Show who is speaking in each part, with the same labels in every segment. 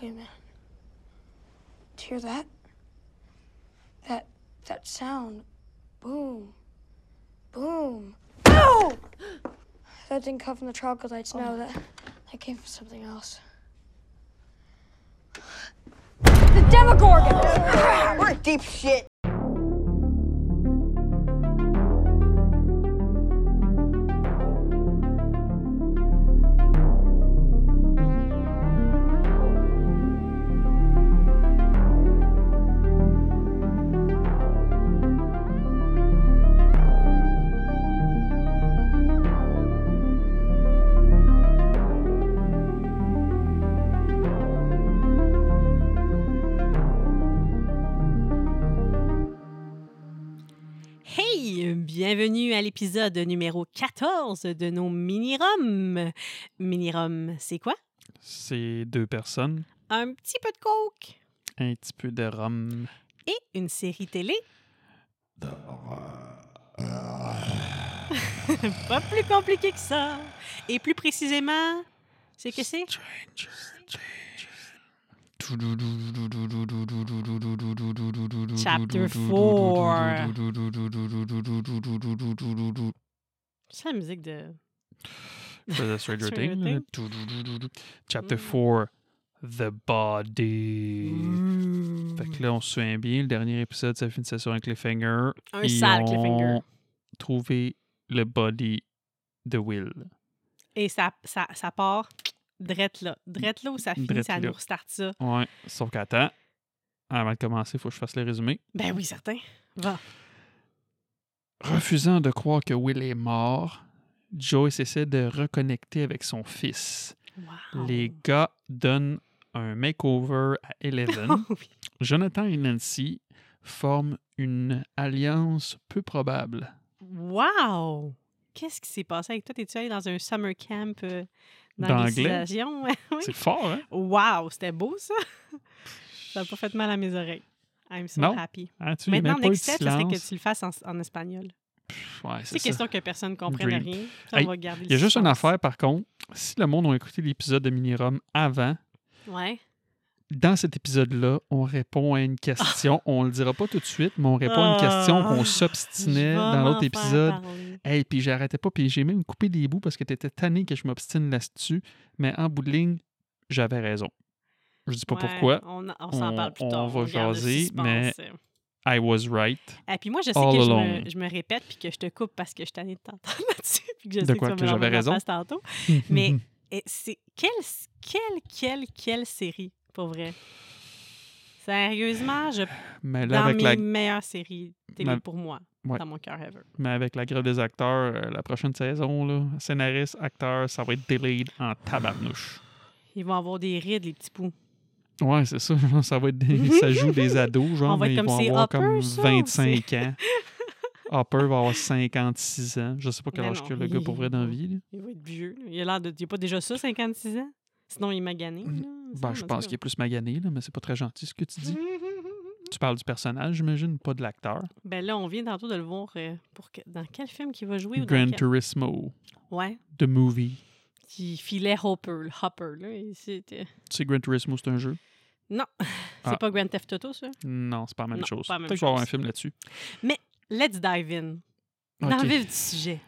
Speaker 1: Wait a minute. Did you hear that? That that sound. Boom. Boom. Ow! That didn't come from the troglodytes. No, that that came from something else. The Demogorgon.
Speaker 2: We're in deep shit.
Speaker 3: Hey, bienvenue à l'épisode numéro 14 de nos mini-roms. Mini-rom, c'est quoi?
Speaker 4: C'est deux personnes,
Speaker 3: Un petit peu de coke
Speaker 4: un petit peu de rhum.
Speaker 3: et une série télé. Pas plus compliqué que ça. Et plus précisément, c'est que c'est?
Speaker 4: Chapter
Speaker 3: Chapter four. C'est la musique de...
Speaker 4: Stranger
Speaker 3: Stranger Mm.
Speaker 4: Things. Chapter 4. The Body. Fait que là, on se souvient bien, le dernier épisode, ça finissait sur un cliffhanger.
Speaker 3: Un
Speaker 4: Ils
Speaker 3: sale
Speaker 4: ont
Speaker 3: cliffhanger.
Speaker 4: Trouvé le body de Will.
Speaker 3: Et ça, ça, ça part drette là. Drette là où ça finit,
Speaker 4: Drette
Speaker 3: ça
Speaker 4: là.
Speaker 3: nous restarte ça.
Speaker 4: Ouais, sauf qu'attends, avant de commencer, il faut que je fasse le résumé.
Speaker 3: Ben oui, certain. Va.
Speaker 4: Refusant de croire que Will est mort, Joyce essaie de reconnecter avec son fils.
Speaker 3: Wow.
Speaker 4: Les gars donnent un makeover à Eleven.
Speaker 3: Oh oui.
Speaker 4: Jonathan et Nancy forment une alliance peu probable.
Speaker 3: Wow! Qu'est-ce qui s'est passé avec toi? T'es-tu allé dans un summer camp euh,
Speaker 4: D'anglais?
Speaker 3: d'anglicisation? oui.
Speaker 4: C'est fort, hein?
Speaker 3: Wow! C'était beau, ça! ça n'a pas fait mal à mes oreilles. I'm so
Speaker 4: Non.
Speaker 3: happy.
Speaker 4: Hein, tu, il y a
Speaker 3: Maintenant,
Speaker 4: même pas eu de
Speaker 3: next step, ce serait que
Speaker 4: silence.
Speaker 3: tu le fasses en, en espagnol.
Speaker 4: Ouais,
Speaker 3: C'est
Speaker 4: c'est ça.
Speaker 3: question que personne ne comprenne
Speaker 4: Dream.
Speaker 3: rien. Ça, on
Speaker 4: Hey,
Speaker 3: va garder le
Speaker 4: Il y a juste une
Speaker 3: suspense.
Speaker 4: affaire, par contre. Si le monde a écouté l'épisode de Minirum avant,
Speaker 3: Ouais.
Speaker 4: dans cet épisode-là, on répond à une question. on le dira pas tout de suite, mais on répond à une question
Speaker 3: Ah.
Speaker 4: qu'on
Speaker 3: Je vais
Speaker 4: s'obstinait dans
Speaker 3: m'en
Speaker 4: l'autre
Speaker 3: faire
Speaker 4: épisode.
Speaker 3: parler.
Speaker 4: Hey, puis j'arrêtais pas, puis j'ai même coupé des bouts parce que t'étais tanné que je m'obstine là-dessus. Mais en bout de ligne, j'avais raison. Je dis pas
Speaker 3: Ouais,
Speaker 4: pourquoi.
Speaker 3: On, on s'en
Speaker 4: On-
Speaker 3: parle plus
Speaker 4: on
Speaker 3: tard.
Speaker 4: va
Speaker 3: garde le
Speaker 4: jaser,
Speaker 3: suspense.
Speaker 4: mais- I was right.
Speaker 3: Et puis moi, je sais
Speaker 4: All
Speaker 3: que je
Speaker 4: along.
Speaker 3: me, je me répète puis que je te coupe parce que je suis tannée de t'entendre là-dessus puis que je
Speaker 4: De
Speaker 3: sais
Speaker 4: quoi?
Speaker 3: que tu
Speaker 4: Que
Speaker 3: vas me
Speaker 4: j'avais
Speaker 3: remettre en
Speaker 4: raison?
Speaker 3: face tantôt.
Speaker 4: Mhm.
Speaker 3: Mais- Et c'est quelle, quelle, quelle, quelle série, pour vrai? Sérieusement, je,
Speaker 4: mais là,
Speaker 3: dans
Speaker 4: avec
Speaker 3: mes
Speaker 4: la,
Speaker 3: meilleures séries télé
Speaker 4: Ma-
Speaker 3: pour moi,
Speaker 4: Ouais.
Speaker 3: dans mon cœur ever.
Speaker 4: mais avec la grève des acteurs, euh, la prochaine saison, là, scénariste, acteur, ça va être delayed en tabarnouche.
Speaker 3: Ils vont avoir des rides, les petits poux.
Speaker 4: Ouais, c'est ça. genre, ça va être des- ça joue des ados, genre,
Speaker 3: Mhm. On va être
Speaker 4: mais ils
Speaker 3: comme
Speaker 4: vont
Speaker 3: ces
Speaker 4: avoir
Speaker 3: Hopper,
Speaker 4: comme
Speaker 3: ça, ou
Speaker 4: 25 ans. Hopper va avoir 56 ans. Je sais pas quel
Speaker 3: Mais
Speaker 4: âge
Speaker 3: non,
Speaker 4: que le gars pour vrai dans la
Speaker 3: il-
Speaker 4: vie. là.
Speaker 3: Il va être vieux. là. Il a l'air de. Il a pas déjà ça, 56 ans? Sinon, il m'a gagné.
Speaker 4: Ben, je pense qu'il est plus magané, là, mais c'est pas très gentil ce que tu
Speaker 3: Mhm.
Speaker 4: dis. Tu parles du personnage, j'imagine, pas de l'acteur.
Speaker 3: Ben là, on vient tantôt de le voir euh, pour que- dans quel film qu'il va jouer. ou dans
Speaker 4: Gran
Speaker 3: quel-
Speaker 4: Turismo,
Speaker 3: Ouais.
Speaker 4: the movie.
Speaker 3: Qui filait Hopper. le Hopper, là. et c'était-
Speaker 4: Tu sais, Gran Turismo, c'est un jeu?
Speaker 3: Non, c'est
Speaker 4: Ah.
Speaker 3: pas Grand Theft Auto, ça.
Speaker 4: Non, c'est pas la même
Speaker 3: Non,
Speaker 4: chose.
Speaker 3: pas la même
Speaker 4: Peut-être que je vais avoir un
Speaker 3: chose.
Speaker 4: film là-dessus.
Speaker 3: Let's dive in.
Speaker 4: Ok.
Speaker 3: Dans le vif du sujet.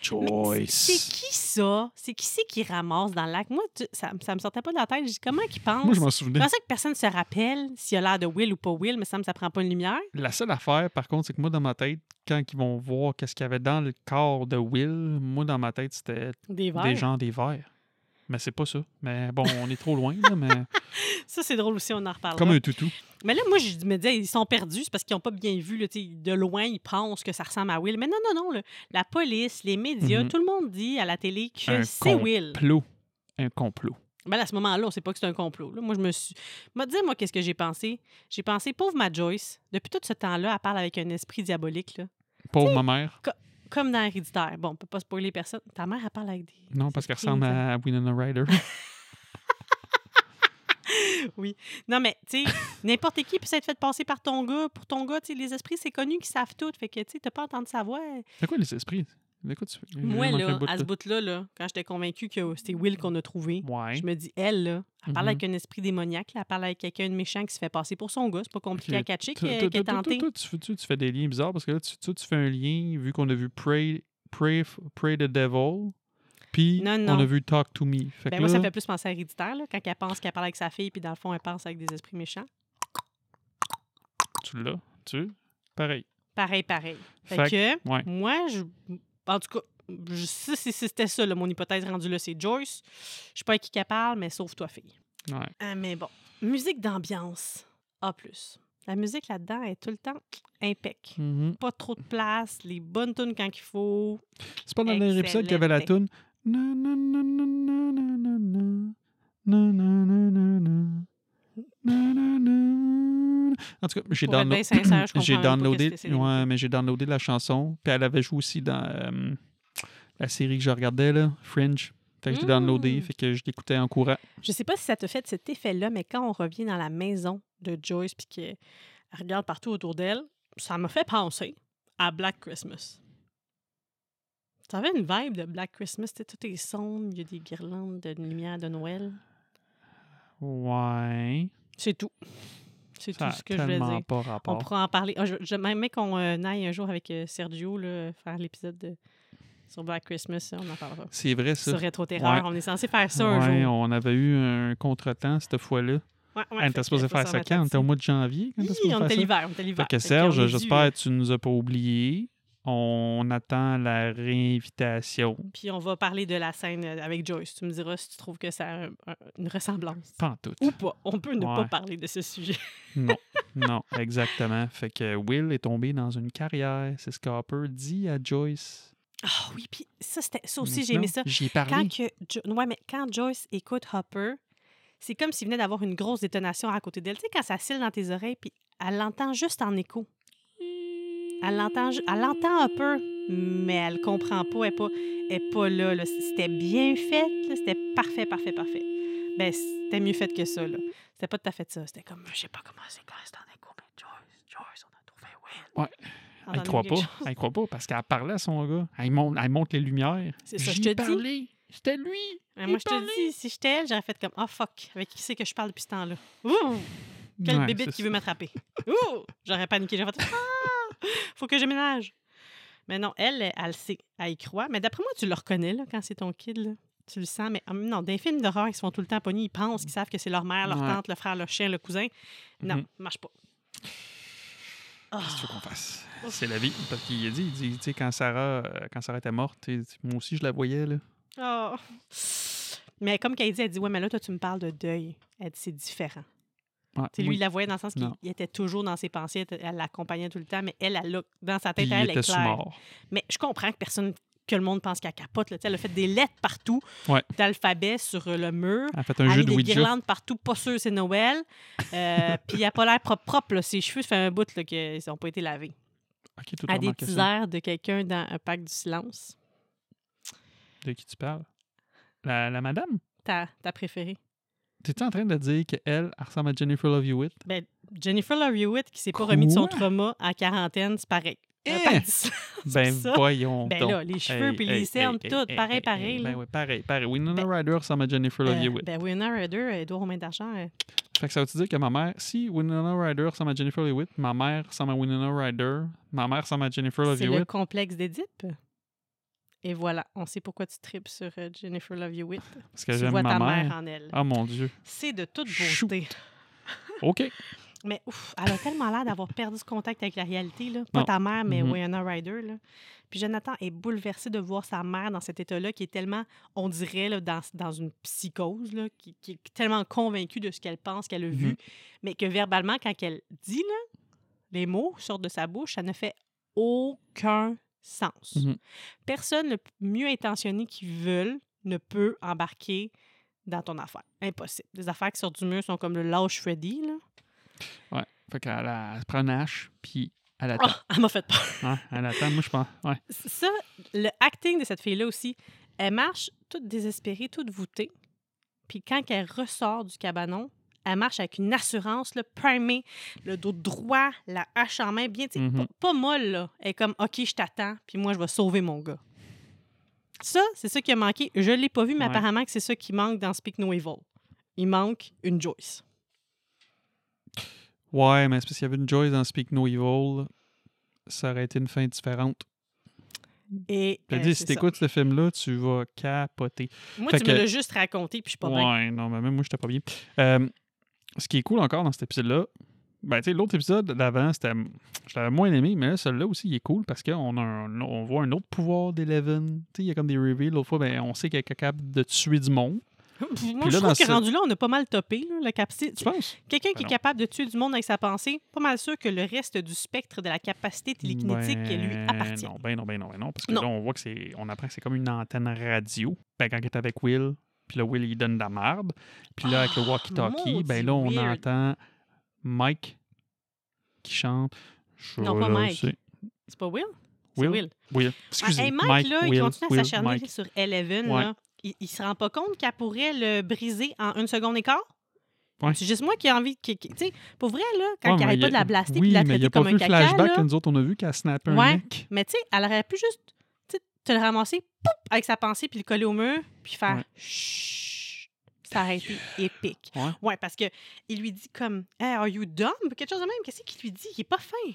Speaker 3: Mais C'est
Speaker 4: Choice.
Speaker 3: qui ça? C'est qui c'est qui ramasse dans le lac? Moi, tu- ça, ça me sortait pas de la tête. Je dis comment qu'il pense?
Speaker 4: Moi, je m'en
Speaker 3: Je
Speaker 4: souvenais.
Speaker 3: pensais que personne se rappelle s'il a l'air de Will ou pas Will, mais ça me semble que ça prend pas une lumière.
Speaker 4: La seule affaire, par contre, c'est que moi, dans ma tête, quand ils vont voir qu'est-ce qu'il y avait dans le corps de Will, moi, dans ma tête, c'était
Speaker 3: Des verres.
Speaker 4: des gens des verres. Mais c'est pas ça. Mais bon, on est trop loin, là, mais
Speaker 3: Ça, c'est drôle aussi, on en reparlera.
Speaker 4: comme un toutou.
Speaker 3: Mais là, moi, je me disais, ils sont perdus, c'est parce qu'ils n'ont pas bien vu. Là, tu sais, de loin, ils pensent que ça ressemble à Will. Mais non, non, non. là, la police, les médias,
Speaker 4: Mhm.
Speaker 3: tout le monde dit à la télé que
Speaker 4: Un
Speaker 3: c'est Will.
Speaker 4: Plot. Un complot.
Speaker 3: Ben là, à ce moment-là, on sait pas que c'est un complot. là. Moi, je me suis. M'a dit, moi, qu'est-ce que j'ai pensé? J'ai pensé, pauvre ma Joyce, depuis tout ce temps-là, elle parle avec un esprit diabolique. Là.
Speaker 4: Pauvre ma mère.
Speaker 3: Comme dans Héréditaire. Bon, on peut pas spoiler personne. Ta mère, elle parle avec des.
Speaker 4: Non, parce qu'elle
Speaker 3: esprits,
Speaker 4: ressemble à Winona Ryder.
Speaker 3: Non, mais, tu sais, n'importe qui peut s'être fait passer par ton gars. Pour ton gars, tu sais, les esprits, c'est connu qu'ils savent tout. Fait que, tu sais, t'as pas entendu sa voix.
Speaker 4: C'est quoi les esprits? Mais écoute, tu-
Speaker 3: Moi,
Speaker 4: il manque un
Speaker 3: là,
Speaker 4: Mm, bout
Speaker 3: à
Speaker 4: de-
Speaker 3: ce bout-là, là, quand j'étais convaincue que c'était Will qu'on a trouvé,
Speaker 4: Ouais.
Speaker 3: je me dis, elle, là, elle parle
Speaker 4: Mhm.
Speaker 3: avec un esprit démoniaque, là, elle parle avec quelqu'un de méchant qui se fait passer pour son gars. C'est pas compliqué
Speaker 4: Ok.
Speaker 3: à catcher
Speaker 4: Toi-
Speaker 3: qu'elle
Speaker 4: toi-
Speaker 3: qu'elle est
Speaker 4: toi- toi-
Speaker 3: tentée.
Speaker 4: toi, tu fais- tu tu fais des liens bizarres parce que là, tu, toi, tu fais un lien, vu qu'on a vu Pray, Pray, f- Pray the Devil, puis
Speaker 3: Non,
Speaker 4: on
Speaker 3: non.
Speaker 4: a vu Talk to Me. Fait que
Speaker 3: Ben, moi, ça
Speaker 4: là-
Speaker 3: fait plus penser à Héréditaire, là, quand elle pense qu'elle parle avec sa fille, puis dans le fond, elle pense avec des esprits méchants.
Speaker 4: Tu l'as, tu Pareil.
Speaker 3: Pareil, pareil. Fait,
Speaker 4: Fait
Speaker 3: que,
Speaker 4: ouais.
Speaker 3: moi, je, en tout cas, je, si, si c'était ça, là, mon hypothèse rendue là, c'est Joyce. Je sais pas à qui qu'elle parle, mais sauve-toi, fille.
Speaker 4: Ouais.
Speaker 3: Ah, mais bon. Musique d'ambiance, A+. La musique là-dedans est tout le temps impec.
Speaker 4: Mhm.
Speaker 3: Pas trop de place, les bonnes tunes quand il faut.
Speaker 4: C'est pas dans le dernier épisode qu'il y avait la toune. Na, na, na, na, na, na, na, na. Na, na, na, na, na. Na, na, na, na. En tout cas, j'ai
Speaker 3: Pour être
Speaker 4: downlo-
Speaker 3: bien sincère, je comprends
Speaker 4: j'ai
Speaker 3: même pas
Speaker 4: downloadé,
Speaker 3: qu'est-ce que c'est, les
Speaker 4: ouais, mais j'ai downloadé la chanson, puis elle avait joué aussi dans euh, la série que je regardais là, Fringe. Fait que je l'ai downloadé,
Speaker 3: Mm.
Speaker 4: fait que je l'écoutais en courant.
Speaker 3: Je sais pas si ça te fait cet effet-là, mais quand on revient dans la maison de Joyce puis qu'elle regarde partout autour d'elle, ça m'a fait penser à Black Christmas. Ça avait une vibe de Black Christmas, tu sais, tout est sombre, il y a des guirlandes de lumière de Noël.
Speaker 4: Ouais.
Speaker 3: C'est tout. C'est
Speaker 4: Ça
Speaker 3: tout
Speaker 4: a
Speaker 3: ce que je voulais
Speaker 4: tellement
Speaker 3: dire.
Speaker 4: pas
Speaker 3: On
Speaker 4: rapport.
Speaker 3: pourra en parler. Ah, je- J'aimerais qu'on euh, aille un jour avec euh, Sergio là, faire l'épisode de- sur Black Christmas. On en parlera.
Speaker 4: C'est vrai ça.
Speaker 3: Sur Rétro Terreur,
Speaker 4: Ouais.
Speaker 3: on est censé faire ça un
Speaker 4: Ouais,
Speaker 3: jour.
Speaker 4: on avait eu un contretemps cette fois-là.
Speaker 3: Ouais, ouais,
Speaker 4: Ah,
Speaker 3: fait
Speaker 4: t'es
Speaker 3: que
Speaker 4: supposé
Speaker 3: faut
Speaker 4: faire
Speaker 3: s'en
Speaker 4: ça
Speaker 3: mettre à
Speaker 4: quand? T'es
Speaker 3: ça.
Speaker 4: au mois de janvier? Quand t'es supposé
Speaker 3: Hi, on
Speaker 4: faire
Speaker 3: était
Speaker 4: ça?
Speaker 3: l'hiver, on était l'hiver.
Speaker 4: Fait que
Speaker 3: Fait qu'on est
Speaker 4: Serge,
Speaker 3: dû,
Speaker 4: j'espère
Speaker 3: euh,
Speaker 4: que tu nous as pas oubliés. On attend la réinvitation.
Speaker 3: Puis on va parler de la scène euh, avec Joyce. Tu me diras si tu trouves que ça a un- un- une ressemblance.
Speaker 4: Pas en tout.
Speaker 3: Ou pas. On peut ne pas
Speaker 4: Ouais.
Speaker 3: parler de ce sujet.
Speaker 4: Non, non, exactement. Fait que Will est tombé dans une carrière. C'est ce qu'Harper dit à Joyce.
Speaker 3: Ah oui, puis ça, c'était- ça aussi,
Speaker 4: Mais
Speaker 3: j'ai aimé
Speaker 4: sinon,
Speaker 3: ça.
Speaker 4: J'y ai
Speaker 3: Quand,
Speaker 4: parlé.
Speaker 3: que Jo- ouais, mais quand Joyce écoute Hopper, c'est comme s'il venait d'avoir une grosse détonation à côté d'elle. Tu sais, quand ça cille dans tes oreilles, puis elle l'entend juste en écho. Elle l'entend, ju- elle l'entend Hopper, mais elle comprend pas, elle est pas, elle est pas là, là. C'était bien fait, là, c'était parfait, parfait, parfait. Ben, c'était mieux fait que ça, là. C'était pas tout à fait ça. C'était comme, je sais pas comment c'est quand c'est en écho, mais Joyce, Joyce, on a trouvé Will.
Speaker 4: Ouais.
Speaker 3: On
Speaker 4: Elle
Speaker 3: en a
Speaker 4: croit
Speaker 3: oublié quelque
Speaker 4: pas.
Speaker 3: chose.
Speaker 4: Elle croit pas parce qu'elle parlait à son gars. Elle monte, elle monte les lumières.
Speaker 3: C'est ça, je
Speaker 4: J'y
Speaker 3: te
Speaker 4: ai
Speaker 3: dis.
Speaker 4: parlé. C'était lui.
Speaker 3: Ouais,
Speaker 4: Il
Speaker 3: Euh, moi, je
Speaker 4: parlait.
Speaker 3: te dis, si j'étais elle, j'aurais fait comme, ah fuck, avec qui c'est que je parle depuis ce temps-là? Ouh! Quelle
Speaker 4: Ouais,
Speaker 3: bébite
Speaker 4: c'est
Speaker 3: qui
Speaker 4: ça.
Speaker 3: veut m'attraper? Ouh! J'aurais paniqué. J'aurais fait Ah! Faut que je ménage. Mais non, elle, elle, elle sait. Elle y croit. Mais d'après moi, tu le reconnais là, quand c'est ton kid. là. Tu le sens. Mais ah, non, dans les films d'horreur, ils se font tout le temps pogner. Ils pensent qu'ils savent que c'est leur mère, leur
Speaker 4: Ouais.
Speaker 3: tante, le frère, le chien, le cousin. Non,
Speaker 4: Mhm.
Speaker 3: marche pas. Ah!
Speaker 4: Qu'est-ce que tu veux qu'on fasse? C'est la vie. Parce qu'il a dit, il dit, tu sais, quand Sarah, euh, quand Sarah était morte, tu sais, moi aussi, je la voyais, là.
Speaker 3: Oh. Mais comme qu'elle dit, elle dit Ouais, mais là, toi, tu me parles de deuil. Elle dit C'est différent.
Speaker 4: Ouais,
Speaker 3: Tu sais, lui,
Speaker 4: oui.
Speaker 3: il la voyait dans le sens qu'il
Speaker 4: Non.
Speaker 3: il était toujours dans ses pensées. Elle elle l'accompagnait tout le temps. Mais elle, elle, l'a- dans sa tête,
Speaker 4: Puis
Speaker 3: elle
Speaker 4: il était
Speaker 3: est
Speaker 4: sous
Speaker 3: claire.
Speaker 4: mort.
Speaker 3: Mais je comprends que personne, que le monde pense qu'elle capote. là. Tu sais, Elle a fait des lettres partout,
Speaker 4: Ouais.
Speaker 3: d'alphabet sur euh, le mur.
Speaker 4: Elle a fait
Speaker 3: Elle
Speaker 4: un
Speaker 3: a
Speaker 4: jeu
Speaker 3: mis
Speaker 4: de
Speaker 3: des
Speaker 4: Ouija.
Speaker 3: guirlandes partout, pas sûr c'est Noël. Euh, Puis elle a pas l'air propre, propre. là. Ses cheveux, ça fait un bout là, qu'ils n'ont pas été lavés.
Speaker 4: Ok, tout
Speaker 3: Elle a des
Speaker 4: remarqué ça.
Speaker 3: teasers de quelqu'un dans un pack du silence.
Speaker 4: De qui tu parles? La, la madame?
Speaker 3: Ta, ta préférée.
Speaker 4: T'es-tu en train de dire qu'elle elle ressemble à Jennifer Love Hewitt?
Speaker 3: Ben, Jennifer Love Hewitt, qui s'est pas remis de son
Speaker 4: Quoi?
Speaker 3: trauma à quarantaine, c'est pareil. Un
Speaker 4: Eh!
Speaker 3: pack du silence.
Speaker 4: Ben
Speaker 3: ça.
Speaker 4: voyons
Speaker 3: Ben
Speaker 4: donc.
Speaker 3: là, les cheveux puis les cernes, tout, pareil, pareil, là.
Speaker 4: Ben oui, pareil, pareil. Winona
Speaker 3: Ben-
Speaker 4: Ryder ressemble à Jennifer Love
Speaker 3: Euh,
Speaker 4: Hewitt.
Speaker 3: ben, Winner Rider, Edouard Romain d'Argent. euh,
Speaker 4: Fait que ça veut dire que ma mère, si Winona Ryder ressemble à Jennifer Love Hewitt, ma mère ressemble à Winona Ryder, ma mère ressemble à Jennifer Love
Speaker 3: C'est le
Speaker 4: Hewitt.
Speaker 3: complexe d'Édipe. Et voilà, on sait pourquoi tu tripes sur euh, Jennifer Love Hewitt.
Speaker 4: Parce que
Speaker 3: Tu
Speaker 4: j'aime
Speaker 3: vois
Speaker 4: ma
Speaker 3: ta mère,
Speaker 4: mère.
Speaker 3: en elle.
Speaker 4: Ah mon Dieu.
Speaker 3: C'est de toute
Speaker 4: Shoot.
Speaker 3: beauté.
Speaker 4: OK.
Speaker 3: Mais ouf, elle a tellement l'air d'avoir perdu ce contact avec la réalité. Là. Pas
Speaker 4: Non.
Speaker 3: ta mère, mais
Speaker 4: Mhm.
Speaker 3: Winona Ryder. Là. Puis Jonathan est bouleversé de voir sa mère dans cet état-là qui est tellement, on dirait, là, dans, dans une psychose, là, qui, qui est tellement convaincue de ce qu'elle pense qu'elle a vu, mais que verbalement, quand elle dit là, les mots sortent de sa bouche, ça ne fait aucun sens.
Speaker 4: Mhm.
Speaker 3: Personne le p- mieux intentionné qui veulent ne peut embarquer dans ton affaire. Impossible. Des affaires qui sortent du mur sont comme le lâche Freddy. Là.
Speaker 4: Ouais. Fait qu'elle elle- elle prend une hache, puis elle attend.
Speaker 3: Ah, elle m'a fait peur.
Speaker 4: Ouais, elle attend, moi je pense. Ouais.
Speaker 3: ça, le acting de cette fille-là aussi, elle marche toute désespérée, toute voûtée. Puis quand elle ressort du cabanon, elle marche avec une assurance, le primée, le dos droit, la hache en main, bien, tu sais, pas,
Speaker 4: Mhm.
Speaker 3: pas molle, là. Elle est comme, OK, je t'attends, puis moi, je vais sauver mon gars. Ça, c'est ça qui a manqué. Je l'ai pas vu, mais
Speaker 4: Ouais.
Speaker 3: apparemment que c'est ça qui manque dans Speak No Evil. Il manque une Joyce.
Speaker 4: Ouais, mais c'est parce qu'il y avait une Joyce dans Speak No Evil. Ça aurait été une fin différente.
Speaker 3: Et
Speaker 4: Je
Speaker 3: euh,
Speaker 4: te dis,
Speaker 3: c'est
Speaker 4: si
Speaker 3: ça.
Speaker 4: t'écoutes ce film-là, tu vas capoter.
Speaker 3: Moi,
Speaker 4: Fait
Speaker 3: tu
Speaker 4: que-
Speaker 3: me l'as juste raconté, puis je suis pas bien.
Speaker 4: ouais, non, mais même moi, j'étais pas bien. Euh, ce qui est cool encore dans cet épisode-là, ben, tu sais, l'autre épisode d'avant, c'était. Je l'avais moins aimé, mais là, celui-là aussi, il est cool parce qu'on a un- on voit un autre pouvoir d'Eleven. Tu sais, il y a comme des reveals. L'autre fois, ben, on sait qu'elle est capable de tuer du monde.
Speaker 3: Moi,
Speaker 4: Puis
Speaker 3: je
Speaker 4: là,
Speaker 3: trouve
Speaker 4: dans
Speaker 3: que
Speaker 4: ce-
Speaker 3: rendu là, on a pas mal topé là, la capacité.
Speaker 4: Tu penses?
Speaker 3: Quelqu'un qui
Speaker 4: Ah non.
Speaker 3: est capable de tuer du monde avec sa pensée, pas mal sûr que le reste du spectre de la capacité télékinétique lui
Speaker 4: Ben
Speaker 3: appartient.
Speaker 4: Non, ben non, ben non, ben non. Parce que
Speaker 3: Non.
Speaker 4: là, on voit que c'est. On apprend que c'est comme une antenne radio. Ben, quand il est avec Will, puis là, Will, il donne de la marde. Puis là, avec le
Speaker 3: Ah,
Speaker 4: walkie-talkie,
Speaker 3: maudit
Speaker 4: ben là, on
Speaker 3: weird.
Speaker 4: entend Mike qui chante. Je
Speaker 3: Non, pas
Speaker 4: le
Speaker 3: Mike.
Speaker 4: sais.
Speaker 3: C'est pas Will? C'est
Speaker 4: Will.
Speaker 3: Will.
Speaker 4: Will.
Speaker 3: Ah,
Speaker 4: Excusez,
Speaker 3: hey, Mike,
Speaker 4: Mike,
Speaker 3: là,
Speaker 4: Will,
Speaker 3: il continue à
Speaker 4: Will,
Speaker 3: s'acharner
Speaker 4: Mike.
Speaker 3: sur Eleven.
Speaker 4: Ouais.
Speaker 3: là. Il, il se rend pas compte qu'elle pourrait le briser en une seconde et quart?
Speaker 4: Ouais.
Speaker 3: C'est juste moi qui ai envie. qui- qui- Tu sais, pour vrai, là, quand
Speaker 4: Ouais,
Speaker 3: il
Speaker 4: mais
Speaker 3: arrête
Speaker 4: il
Speaker 3: pas
Speaker 4: a-
Speaker 3: de la blaster et
Speaker 4: oui,
Speaker 3: de la
Speaker 4: mais il
Speaker 3: traiter
Speaker 4: a pas
Speaker 3: comme un
Speaker 4: vu le
Speaker 3: caca,
Speaker 4: flashback
Speaker 3: là.
Speaker 4: que nous autres, on a vu qu'elle snappait
Speaker 3: Ouais.
Speaker 4: un mec.
Speaker 3: mais tu sais, elle aurait pu juste tu sais, te le ramasser poup, avec sa pensée, puis le coller au mur, puis faire
Speaker 4: Ouais.
Speaker 3: Chut Ça aurait été épique.
Speaker 4: Ouais.
Speaker 3: parce que il lui dit comme Hey, are you dumb? Quelque chose de même. Qu'est-ce qu'il lui dit? Il est pas fin.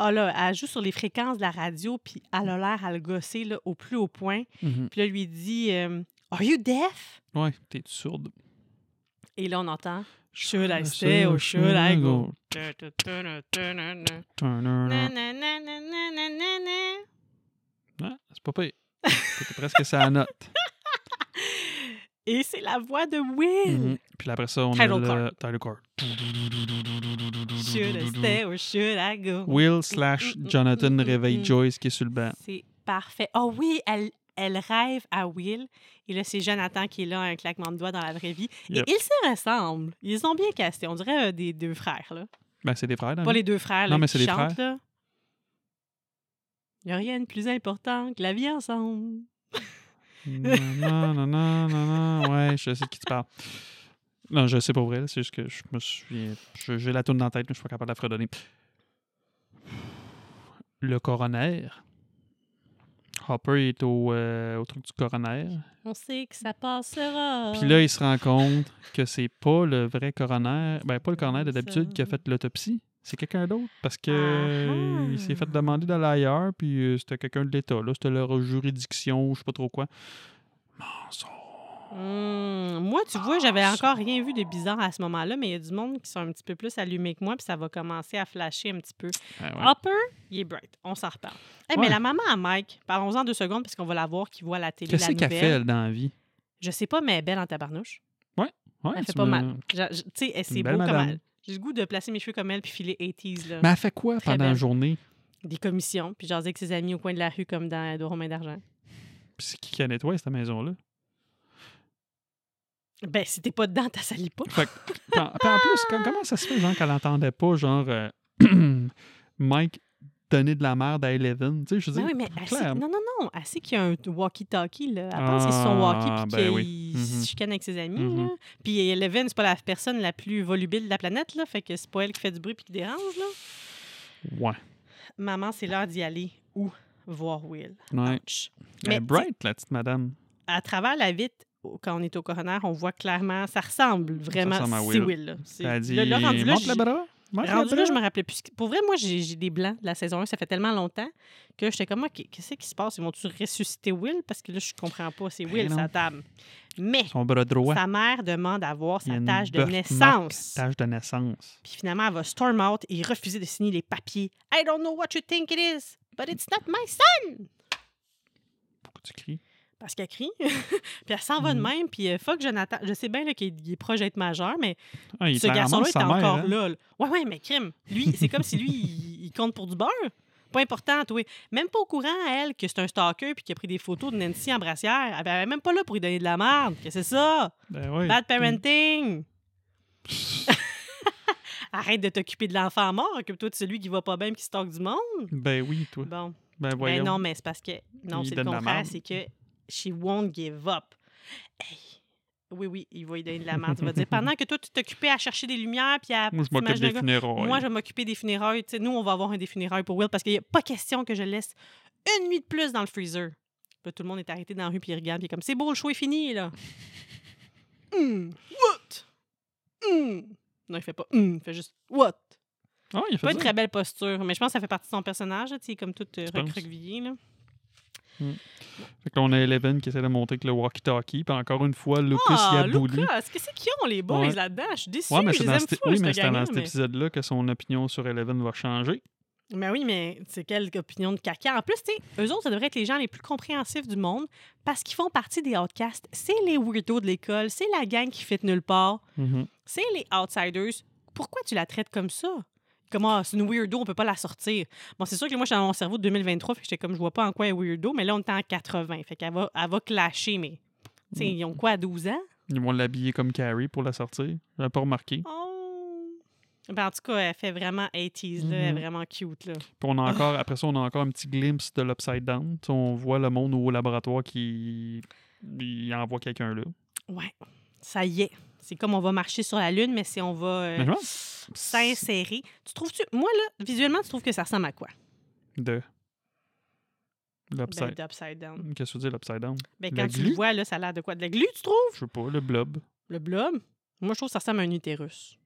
Speaker 3: Ah là, elle joue sur les fréquences de la radio, puis elle a l'air à le gosser là, au plus haut point.
Speaker 4: Mhm.
Speaker 3: Puis là, lui dit euh, Are you deaf?
Speaker 4: Ouais, t'es sourde.
Speaker 3: Et là, on entend Should I stay or should I
Speaker 4: oh,
Speaker 3: go?
Speaker 4: Turner.
Speaker 3: Nanananananana.
Speaker 4: Ouais, Ah, C'est pas pire. T'étais presque sa note.
Speaker 3: Et c'est la voix de Will.
Speaker 4: Mhm. Puis là, après ça, on
Speaker 3: Mm-hmm. Title
Speaker 4: a
Speaker 3: card.
Speaker 4: le title card.
Speaker 3: Should I stay or should I go?
Speaker 4: Will slash
Speaker 3: Mm, mm,
Speaker 4: Jonathan
Speaker 3: mm, mm,
Speaker 4: réveille
Speaker 3: mm.
Speaker 4: Joyce qui est sur le banc.
Speaker 3: C'est parfait. Oh oui, elle, elle rêve à Will. Et là, c'est Jonathan qui est là, un claquement de doigts dans la vraie vie.
Speaker 4: Yep.
Speaker 3: Et ils se ressemblent. Ils ont bien casté. On dirait euh, des deux frères, là.
Speaker 4: Ben, c'est des frères, là.
Speaker 3: Pas les deux frères, là,
Speaker 4: Non, mais
Speaker 3: qui
Speaker 4: c'est des
Speaker 3: chantent, là. Il n'y a rien de plus important que la vie ensemble.
Speaker 4: Non, non, non, non, non. Ouais, je sais de qui tu parles. Non, je sais pas vrai, là, c'est juste que je me souviens. je- J'ai la tourne dans la tête, mais je suis pas capable de la fredonner. Le coroner. Hopper il est au, euh, au truc du coroner.
Speaker 3: On sait que ça passera.
Speaker 4: Puis là, il se rend compte que c'est pas le vrai coroner, ben pas le coroner de d'habitude qui a fait l'autopsie. C'est quelqu'un d'autre parce que euh,
Speaker 3: Ah ah.
Speaker 4: il s'est fait demander d'aller ailleurs, puis euh, c'était quelqu'un de l'État. Là, c'était leur juridiction, je sais pas trop quoi. Mensonge.
Speaker 3: Hmm, moi, tu vois, j'avais
Speaker 4: Ah,
Speaker 3: encore rien vu de bizarre à ce moment-là, mais il y a du monde qui sont un petit peu plus allumés que moi, puis ça va commencer à flasher un petit peu.
Speaker 4: Ah ouais.
Speaker 3: Hopper, il est bright. On s'en reparle. Eh, Mais
Speaker 4: Ouais.
Speaker 3: la maman à Mike, parlons-en deux secondes, parce qu'on va la voir qui voit la télé, la
Speaker 4: Qu'est-ce qu'elle
Speaker 3: nouvelle.
Speaker 4: fait, elle, dans la vie?
Speaker 3: Je sais pas, mais elle est belle en tabarnouche.
Speaker 4: Ouais,
Speaker 3: Elle fait
Speaker 4: tu
Speaker 3: pas
Speaker 4: me-
Speaker 3: mal. J'a- j- Tu sais, elle- c'est beau
Speaker 4: une belle
Speaker 3: comme
Speaker 4: madame.
Speaker 3: elle. J'ai le goût de placer mes cheveux comme elle puis filer 80s, là.
Speaker 4: Mais elle fait quoi
Speaker 3: Très
Speaker 4: pendant la
Speaker 3: belle.
Speaker 4: journée?
Speaker 3: Des commissions, puis jaser avec ses amis au coin de la rue comme dans Edouard Romain d'Argent.
Speaker 4: Puis c'est qui qui a nettoyé cette maison-là?
Speaker 3: Ben, si t'es pas dedans, t'as sali pas.
Speaker 4: Fait que- puis en, puis en plus, com- comment ça se fait, genre, qu'elle entendait pas, genre, euh, Mike donner de la merde à Eleven? Tu sais, je veux
Speaker 3: Ben
Speaker 4: dire,
Speaker 3: oui, mais elle sait...
Speaker 4: clairement.
Speaker 3: Non, non, non. Elle sait qu'il y a un walkie-talkie, là. Elle pense que c'est son walkie
Speaker 4: Ah,
Speaker 3: puis
Speaker 4: ben
Speaker 3: qu'il
Speaker 4: oui.
Speaker 3: se
Speaker 4: Mhm.
Speaker 3: chicane avec ses amis,
Speaker 4: Mhm.
Speaker 3: là. Puis Eleven, c'est pas la personne la plus volubile de la planète, là. Fait que c'est pas elle qui fait du bruit puis qui dérange, là.
Speaker 4: Ouais.
Speaker 3: Maman, c'est l'heure d'y aller. Où? Voir Will.
Speaker 4: ouais.
Speaker 3: Ouch.
Speaker 4: Mais
Speaker 3: Mais
Speaker 4: Euh, Bright, la petite madame.
Speaker 3: à travers la vitre, au- quand on est au coroner, on voit clairement, ça ressemble vraiment.
Speaker 4: ressemble à
Speaker 3: C'est
Speaker 4: Will.
Speaker 3: Will, là. C'est-
Speaker 4: Elle a dit
Speaker 3: là, là, rendu là,
Speaker 4: Monte
Speaker 3: j'ai-
Speaker 4: le bras. Monte le
Speaker 3: rendu là,
Speaker 4: bras.
Speaker 3: je me rappelais plus. ce qui- Pour vrai, moi, j'ai j'ai des blancs de la saison 1. Ça fait tellement longtemps que j'étais comme, OK, qu'est-ce qui se passe? Ils vont-tu ressusciter Will? Parce que là, je comprends pas. C'est Will,
Speaker 4: Ben non.
Speaker 3: sa dame. Mais
Speaker 4: Son bras droit.
Speaker 3: sa mère demande à voir
Speaker 4: Il y a
Speaker 3: sa
Speaker 4: une
Speaker 3: tâche de
Speaker 4: birthmark,
Speaker 3: naissance.
Speaker 4: Tâche de naissance.
Speaker 3: Puis finalement, elle va storm out et refuser de signer les papiers. I don't know what you think it is, but it's not my
Speaker 4: Pourquoi tu cries?
Speaker 3: parce qu'elle crie. puis elle s'en va de
Speaker 4: Mhm.
Speaker 3: même. Puis euh, fuck Jonathan. Je sais bien là, qu'il il est proche d'être majeur, mais
Speaker 4: Ah, il
Speaker 3: ce
Speaker 4: te la
Speaker 3: garçon-là
Speaker 4: ramasse,
Speaker 3: est
Speaker 4: sa mère,
Speaker 3: encore
Speaker 4: hein?
Speaker 3: là, là. Ouais, ouais, mais crime. Lui, c'est comme si lui, il, il compte pour du beurre. Pas important, toi. Même pas au courant, elle, que c'est un stalker puis qu'il a pris des photos de Nancy en brassière. Elle est même pas là pour lui donner de la merde. Que c'est ça?
Speaker 4: Ben oui.
Speaker 3: Bad parenting! Arrête de t'occuper de l'enfant mort. Occupe-toi de celui qui va pas bien et qui stocke du monde.
Speaker 4: Ben oui, toi.
Speaker 3: Bon.
Speaker 4: Ben
Speaker 3: Ben
Speaker 4: voyons.
Speaker 3: non, mais c'est parce que. Non,
Speaker 4: Il
Speaker 3: c'est le
Speaker 4: donne la
Speaker 3: contraire,
Speaker 4: marde.
Speaker 3: c'est que she won't give up. Hey. Oui, oui, il va lui donner de la merde. Tu vas dire, pendant que toi, tu t'occupais à chercher des lumières puis à.
Speaker 4: Moi, je
Speaker 3: t'imagines
Speaker 4: m'occupe
Speaker 3: le
Speaker 4: des
Speaker 3: gars.
Speaker 4: funérailles.
Speaker 3: Moi, je vais m'occuper des funérailles. Tu sais, nous, on va avoir un des funérailles pour Will parce qu'il n'y a pas question que je laisse une nuit de plus dans le freezer. Puis là, tout le monde est arrêté dans la rue, puis il regarde, puis il est comme c'est beau, le show est fini, là. Hmm, what? Hmm. Non, il fait pas hmm, il fait juste what?
Speaker 4: Ah, il a fait
Speaker 3: Pas
Speaker 4: ça.
Speaker 3: une très belle posture, mais je pense que ça fait partie de son personnage, là, tu sais, comme tout euh,
Speaker 4: Tu penses?
Speaker 3: recroquevillé, là.
Speaker 4: Fait que là, on a Eleven qui essaie de monter avec le walkie-talkie. Puis encore une fois, Lucas, il
Speaker 3: Ah,
Speaker 4: a bully.
Speaker 3: Lucas, qu'est-ce qu'ils ont, les boys,
Speaker 4: Ouais.
Speaker 3: là-dedans? Je suis déçue,
Speaker 4: Ouais, mais
Speaker 3: je
Speaker 4: c'est
Speaker 3: les
Speaker 4: dans,
Speaker 3: aime
Speaker 4: cet-
Speaker 3: fou,
Speaker 4: oui,
Speaker 3: ce
Speaker 4: mais c'est
Speaker 3: gang-là,
Speaker 4: dans cet
Speaker 3: mais-
Speaker 4: épisode-là que son opinion sur Eleven va changer.
Speaker 3: Ben oui, mais c'est quelle opinion de caca. En plus, tu sais, eux autres, ça devrait être les gens les plus compréhensifs du monde parce qu'ils font partie des outcasts. C'est les weirdos de l'école, c'est la gang qui fait nulle part,
Speaker 4: Mhm.
Speaker 3: c'est les outsiders. Pourquoi tu la traites comme ça? Comme, ah, c'est une weirdo, on peut pas la sortir. Bon, c'est sûr que moi, j'étais dans mon cerveau de 2023, fait que j'étais comme, je vois pas en quoi elle est weirdo, mais là, on est en 80, fait qu'elle va, elle va clasher, mais. Tu sais,
Speaker 4: Mm.
Speaker 3: ils ont quoi, 12 ans?
Speaker 4: Ils vont l'habiller comme Carrie pour la sortir. J'avais pas remarqué.
Speaker 3: Oh! Ben, en tout cas, elle fait vraiment 80s, là, elle
Speaker 4: Mhm.
Speaker 3: est vraiment cute, là.
Speaker 4: Puis on a encore, après ça, on a encore un petit glimpse de l'Upside Down. Tu sais, on voit le monde au laboratoire qui il envoie quelqu'un
Speaker 3: Euh,
Speaker 4: là.
Speaker 3: Ouais, ça y est. C'est comme on va marcher sur la lune, mais si on va euh,
Speaker 4: Mais Ben, je
Speaker 3: s'insérer. Tu trouves-tu. Moi, là, visuellement, tu trouves que ça ressemble à quoi?
Speaker 4: De
Speaker 3: Ben,
Speaker 4: l'Upside.
Speaker 3: d'Upside Down.
Speaker 4: Qu'est-ce que tu dis, l'Upside Down?
Speaker 3: Ben,
Speaker 4: Le
Speaker 3: quand tu
Speaker 4: glu?
Speaker 3: le vois, là, ça a l'air de quoi? De la glu, tu trouves?
Speaker 4: Je sais pas, le blob.
Speaker 3: Le blob? Moi, je trouve que ça ressemble à un utérus.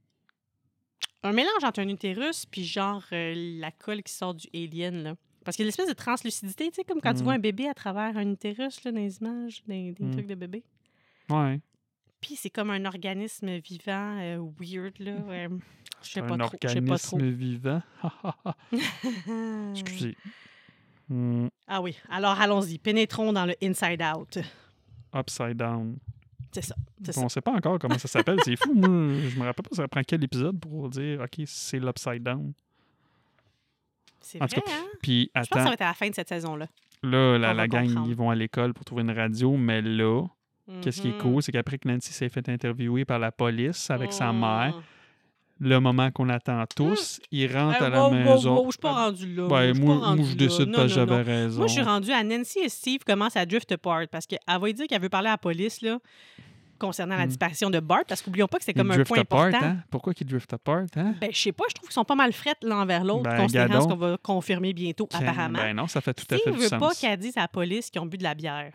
Speaker 3: Un mélange entre un utérus puis genre euh, la colle qui sort du alien, là. Parce qu'il y a l'espèce de translucidité, tu sais, comme quand tu
Speaker 4: Mm.
Speaker 3: vois un bébé à travers un utérus, là, dans les images, dans- des
Speaker 4: Mm.
Speaker 3: trucs de bébé.
Speaker 4: Ouais.
Speaker 3: Puis c'est comme un organisme vivant, euh, weird, là. euh, je sais
Speaker 4: Mmh. un
Speaker 3: pas trop. Je sais
Speaker 4: organisme
Speaker 3: pas trop. Hmm.
Speaker 4: vivant. Excusez. Hmm,
Speaker 3: Ah oui, alors allons-y, pénétrons dans le Inside Out.
Speaker 4: Upside Down.
Speaker 3: C'est ça. C'est
Speaker 4: Puis On sait pas encore comment ça s'appelle, c'est fou. Moi, je me rappelle pas, ça prend quel épisode pour dire, OK, c'est l'Upside Down.
Speaker 3: C'est
Speaker 4: En
Speaker 3: vrai,
Speaker 4: tout cas,
Speaker 3: hein?
Speaker 4: Puis
Speaker 3: Je pense que ça
Speaker 4: attends,
Speaker 3: va être à la fin de cette saison-là.
Speaker 4: là,
Speaker 3: on va
Speaker 4: la, la gang,
Speaker 3: comprendre.
Speaker 4: ils vont à l'école pour trouver une radio, mais là, qu'est-ce qui est
Speaker 3: Mhm.
Speaker 4: cool, c'est qu'après que Nancy s'est fait interviewer par la police avec sa
Speaker 3: Oh.
Speaker 4: mère, le moment qu'on attend tous, ils rentrent
Speaker 3: Hey,
Speaker 4: à la
Speaker 3: Mm. Hmm. Ben, wow, wow,
Speaker 4: maison.
Speaker 3: wow, je suis pas rendu là.
Speaker 4: Ben,
Speaker 3: je suis
Speaker 4: moi,
Speaker 3: pas
Speaker 4: moi,
Speaker 3: rendu
Speaker 4: je
Speaker 3: là.
Speaker 4: décide
Speaker 3: Non,
Speaker 4: pas,
Speaker 3: non, non.
Speaker 4: j'avais raison.
Speaker 3: Moi, je suis rendue à Nancy et Steve commencent à drift apart parce qu'elle va lui dire qu'elle veut parler à la police là, concernant la
Speaker 4: Mm.
Speaker 3: disparition de Bart parce qu'oublions pas que c'est
Speaker 4: Ils
Speaker 3: comme un
Speaker 4: drift
Speaker 3: point
Speaker 4: apart,
Speaker 3: important.
Speaker 4: hein? Pourquoi qu'ils drift apart, hein?
Speaker 3: Ben, je sais pas, je trouve qu'ils sont pas mal frettes l'un vers l'autre,
Speaker 4: Ben,
Speaker 3: considérant
Speaker 4: gadon.
Speaker 3: ce qu'on va confirmer bientôt,
Speaker 4: Quand-
Speaker 3: apparemment.
Speaker 4: Ben non, ça fait tout à fait
Speaker 3: Steve
Speaker 4: du
Speaker 3: veut
Speaker 4: sens.
Speaker 3: pas qu'elle dise à la police qu'ils ont bu de la bière.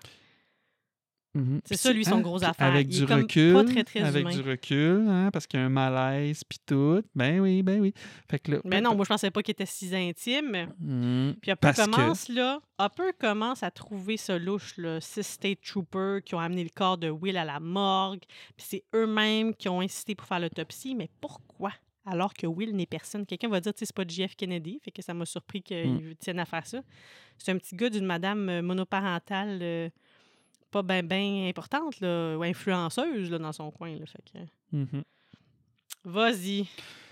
Speaker 4: Mhm.
Speaker 3: C'est ça, lui, son
Speaker 4: Hein?
Speaker 3: gros
Speaker 4: Puis
Speaker 3: affaire.
Speaker 4: Avec
Speaker 3: Il
Speaker 4: du
Speaker 3: est comme
Speaker 4: recul.
Speaker 3: pas très, très
Speaker 4: avec
Speaker 3: humain.
Speaker 4: du recul, hein, parce qu'il y a un malaise, puis tout. Ben oui, ben oui. Fait que là.
Speaker 3: Mais non, moi, je pensais pas qu'il était si intime.
Speaker 4: Mhm.
Speaker 3: Puis Hopper
Speaker 4: Parce que-
Speaker 3: commence, là, Hopper commence à trouver ce louche, là, six state troopers qui ont amené le corps de Will à la morgue. Puis c'est eux-mêmes qui ont insisté pour faire l'autopsie. Mais pourquoi? Alors que Will n'est personne. Quelqu'un va dire, tu sais, c'est pas JF Kennedy. Fait que ça m'a surpris qu'il
Speaker 4: Mm.
Speaker 3: tienne à faire ça. C'est un petit gars d'une madame euh, monoparentale euh, pas bien ben importante, là, ou influenceuse, là, dans son coin, là. Fait que...
Speaker 4: Mhm.
Speaker 3: Vas-y.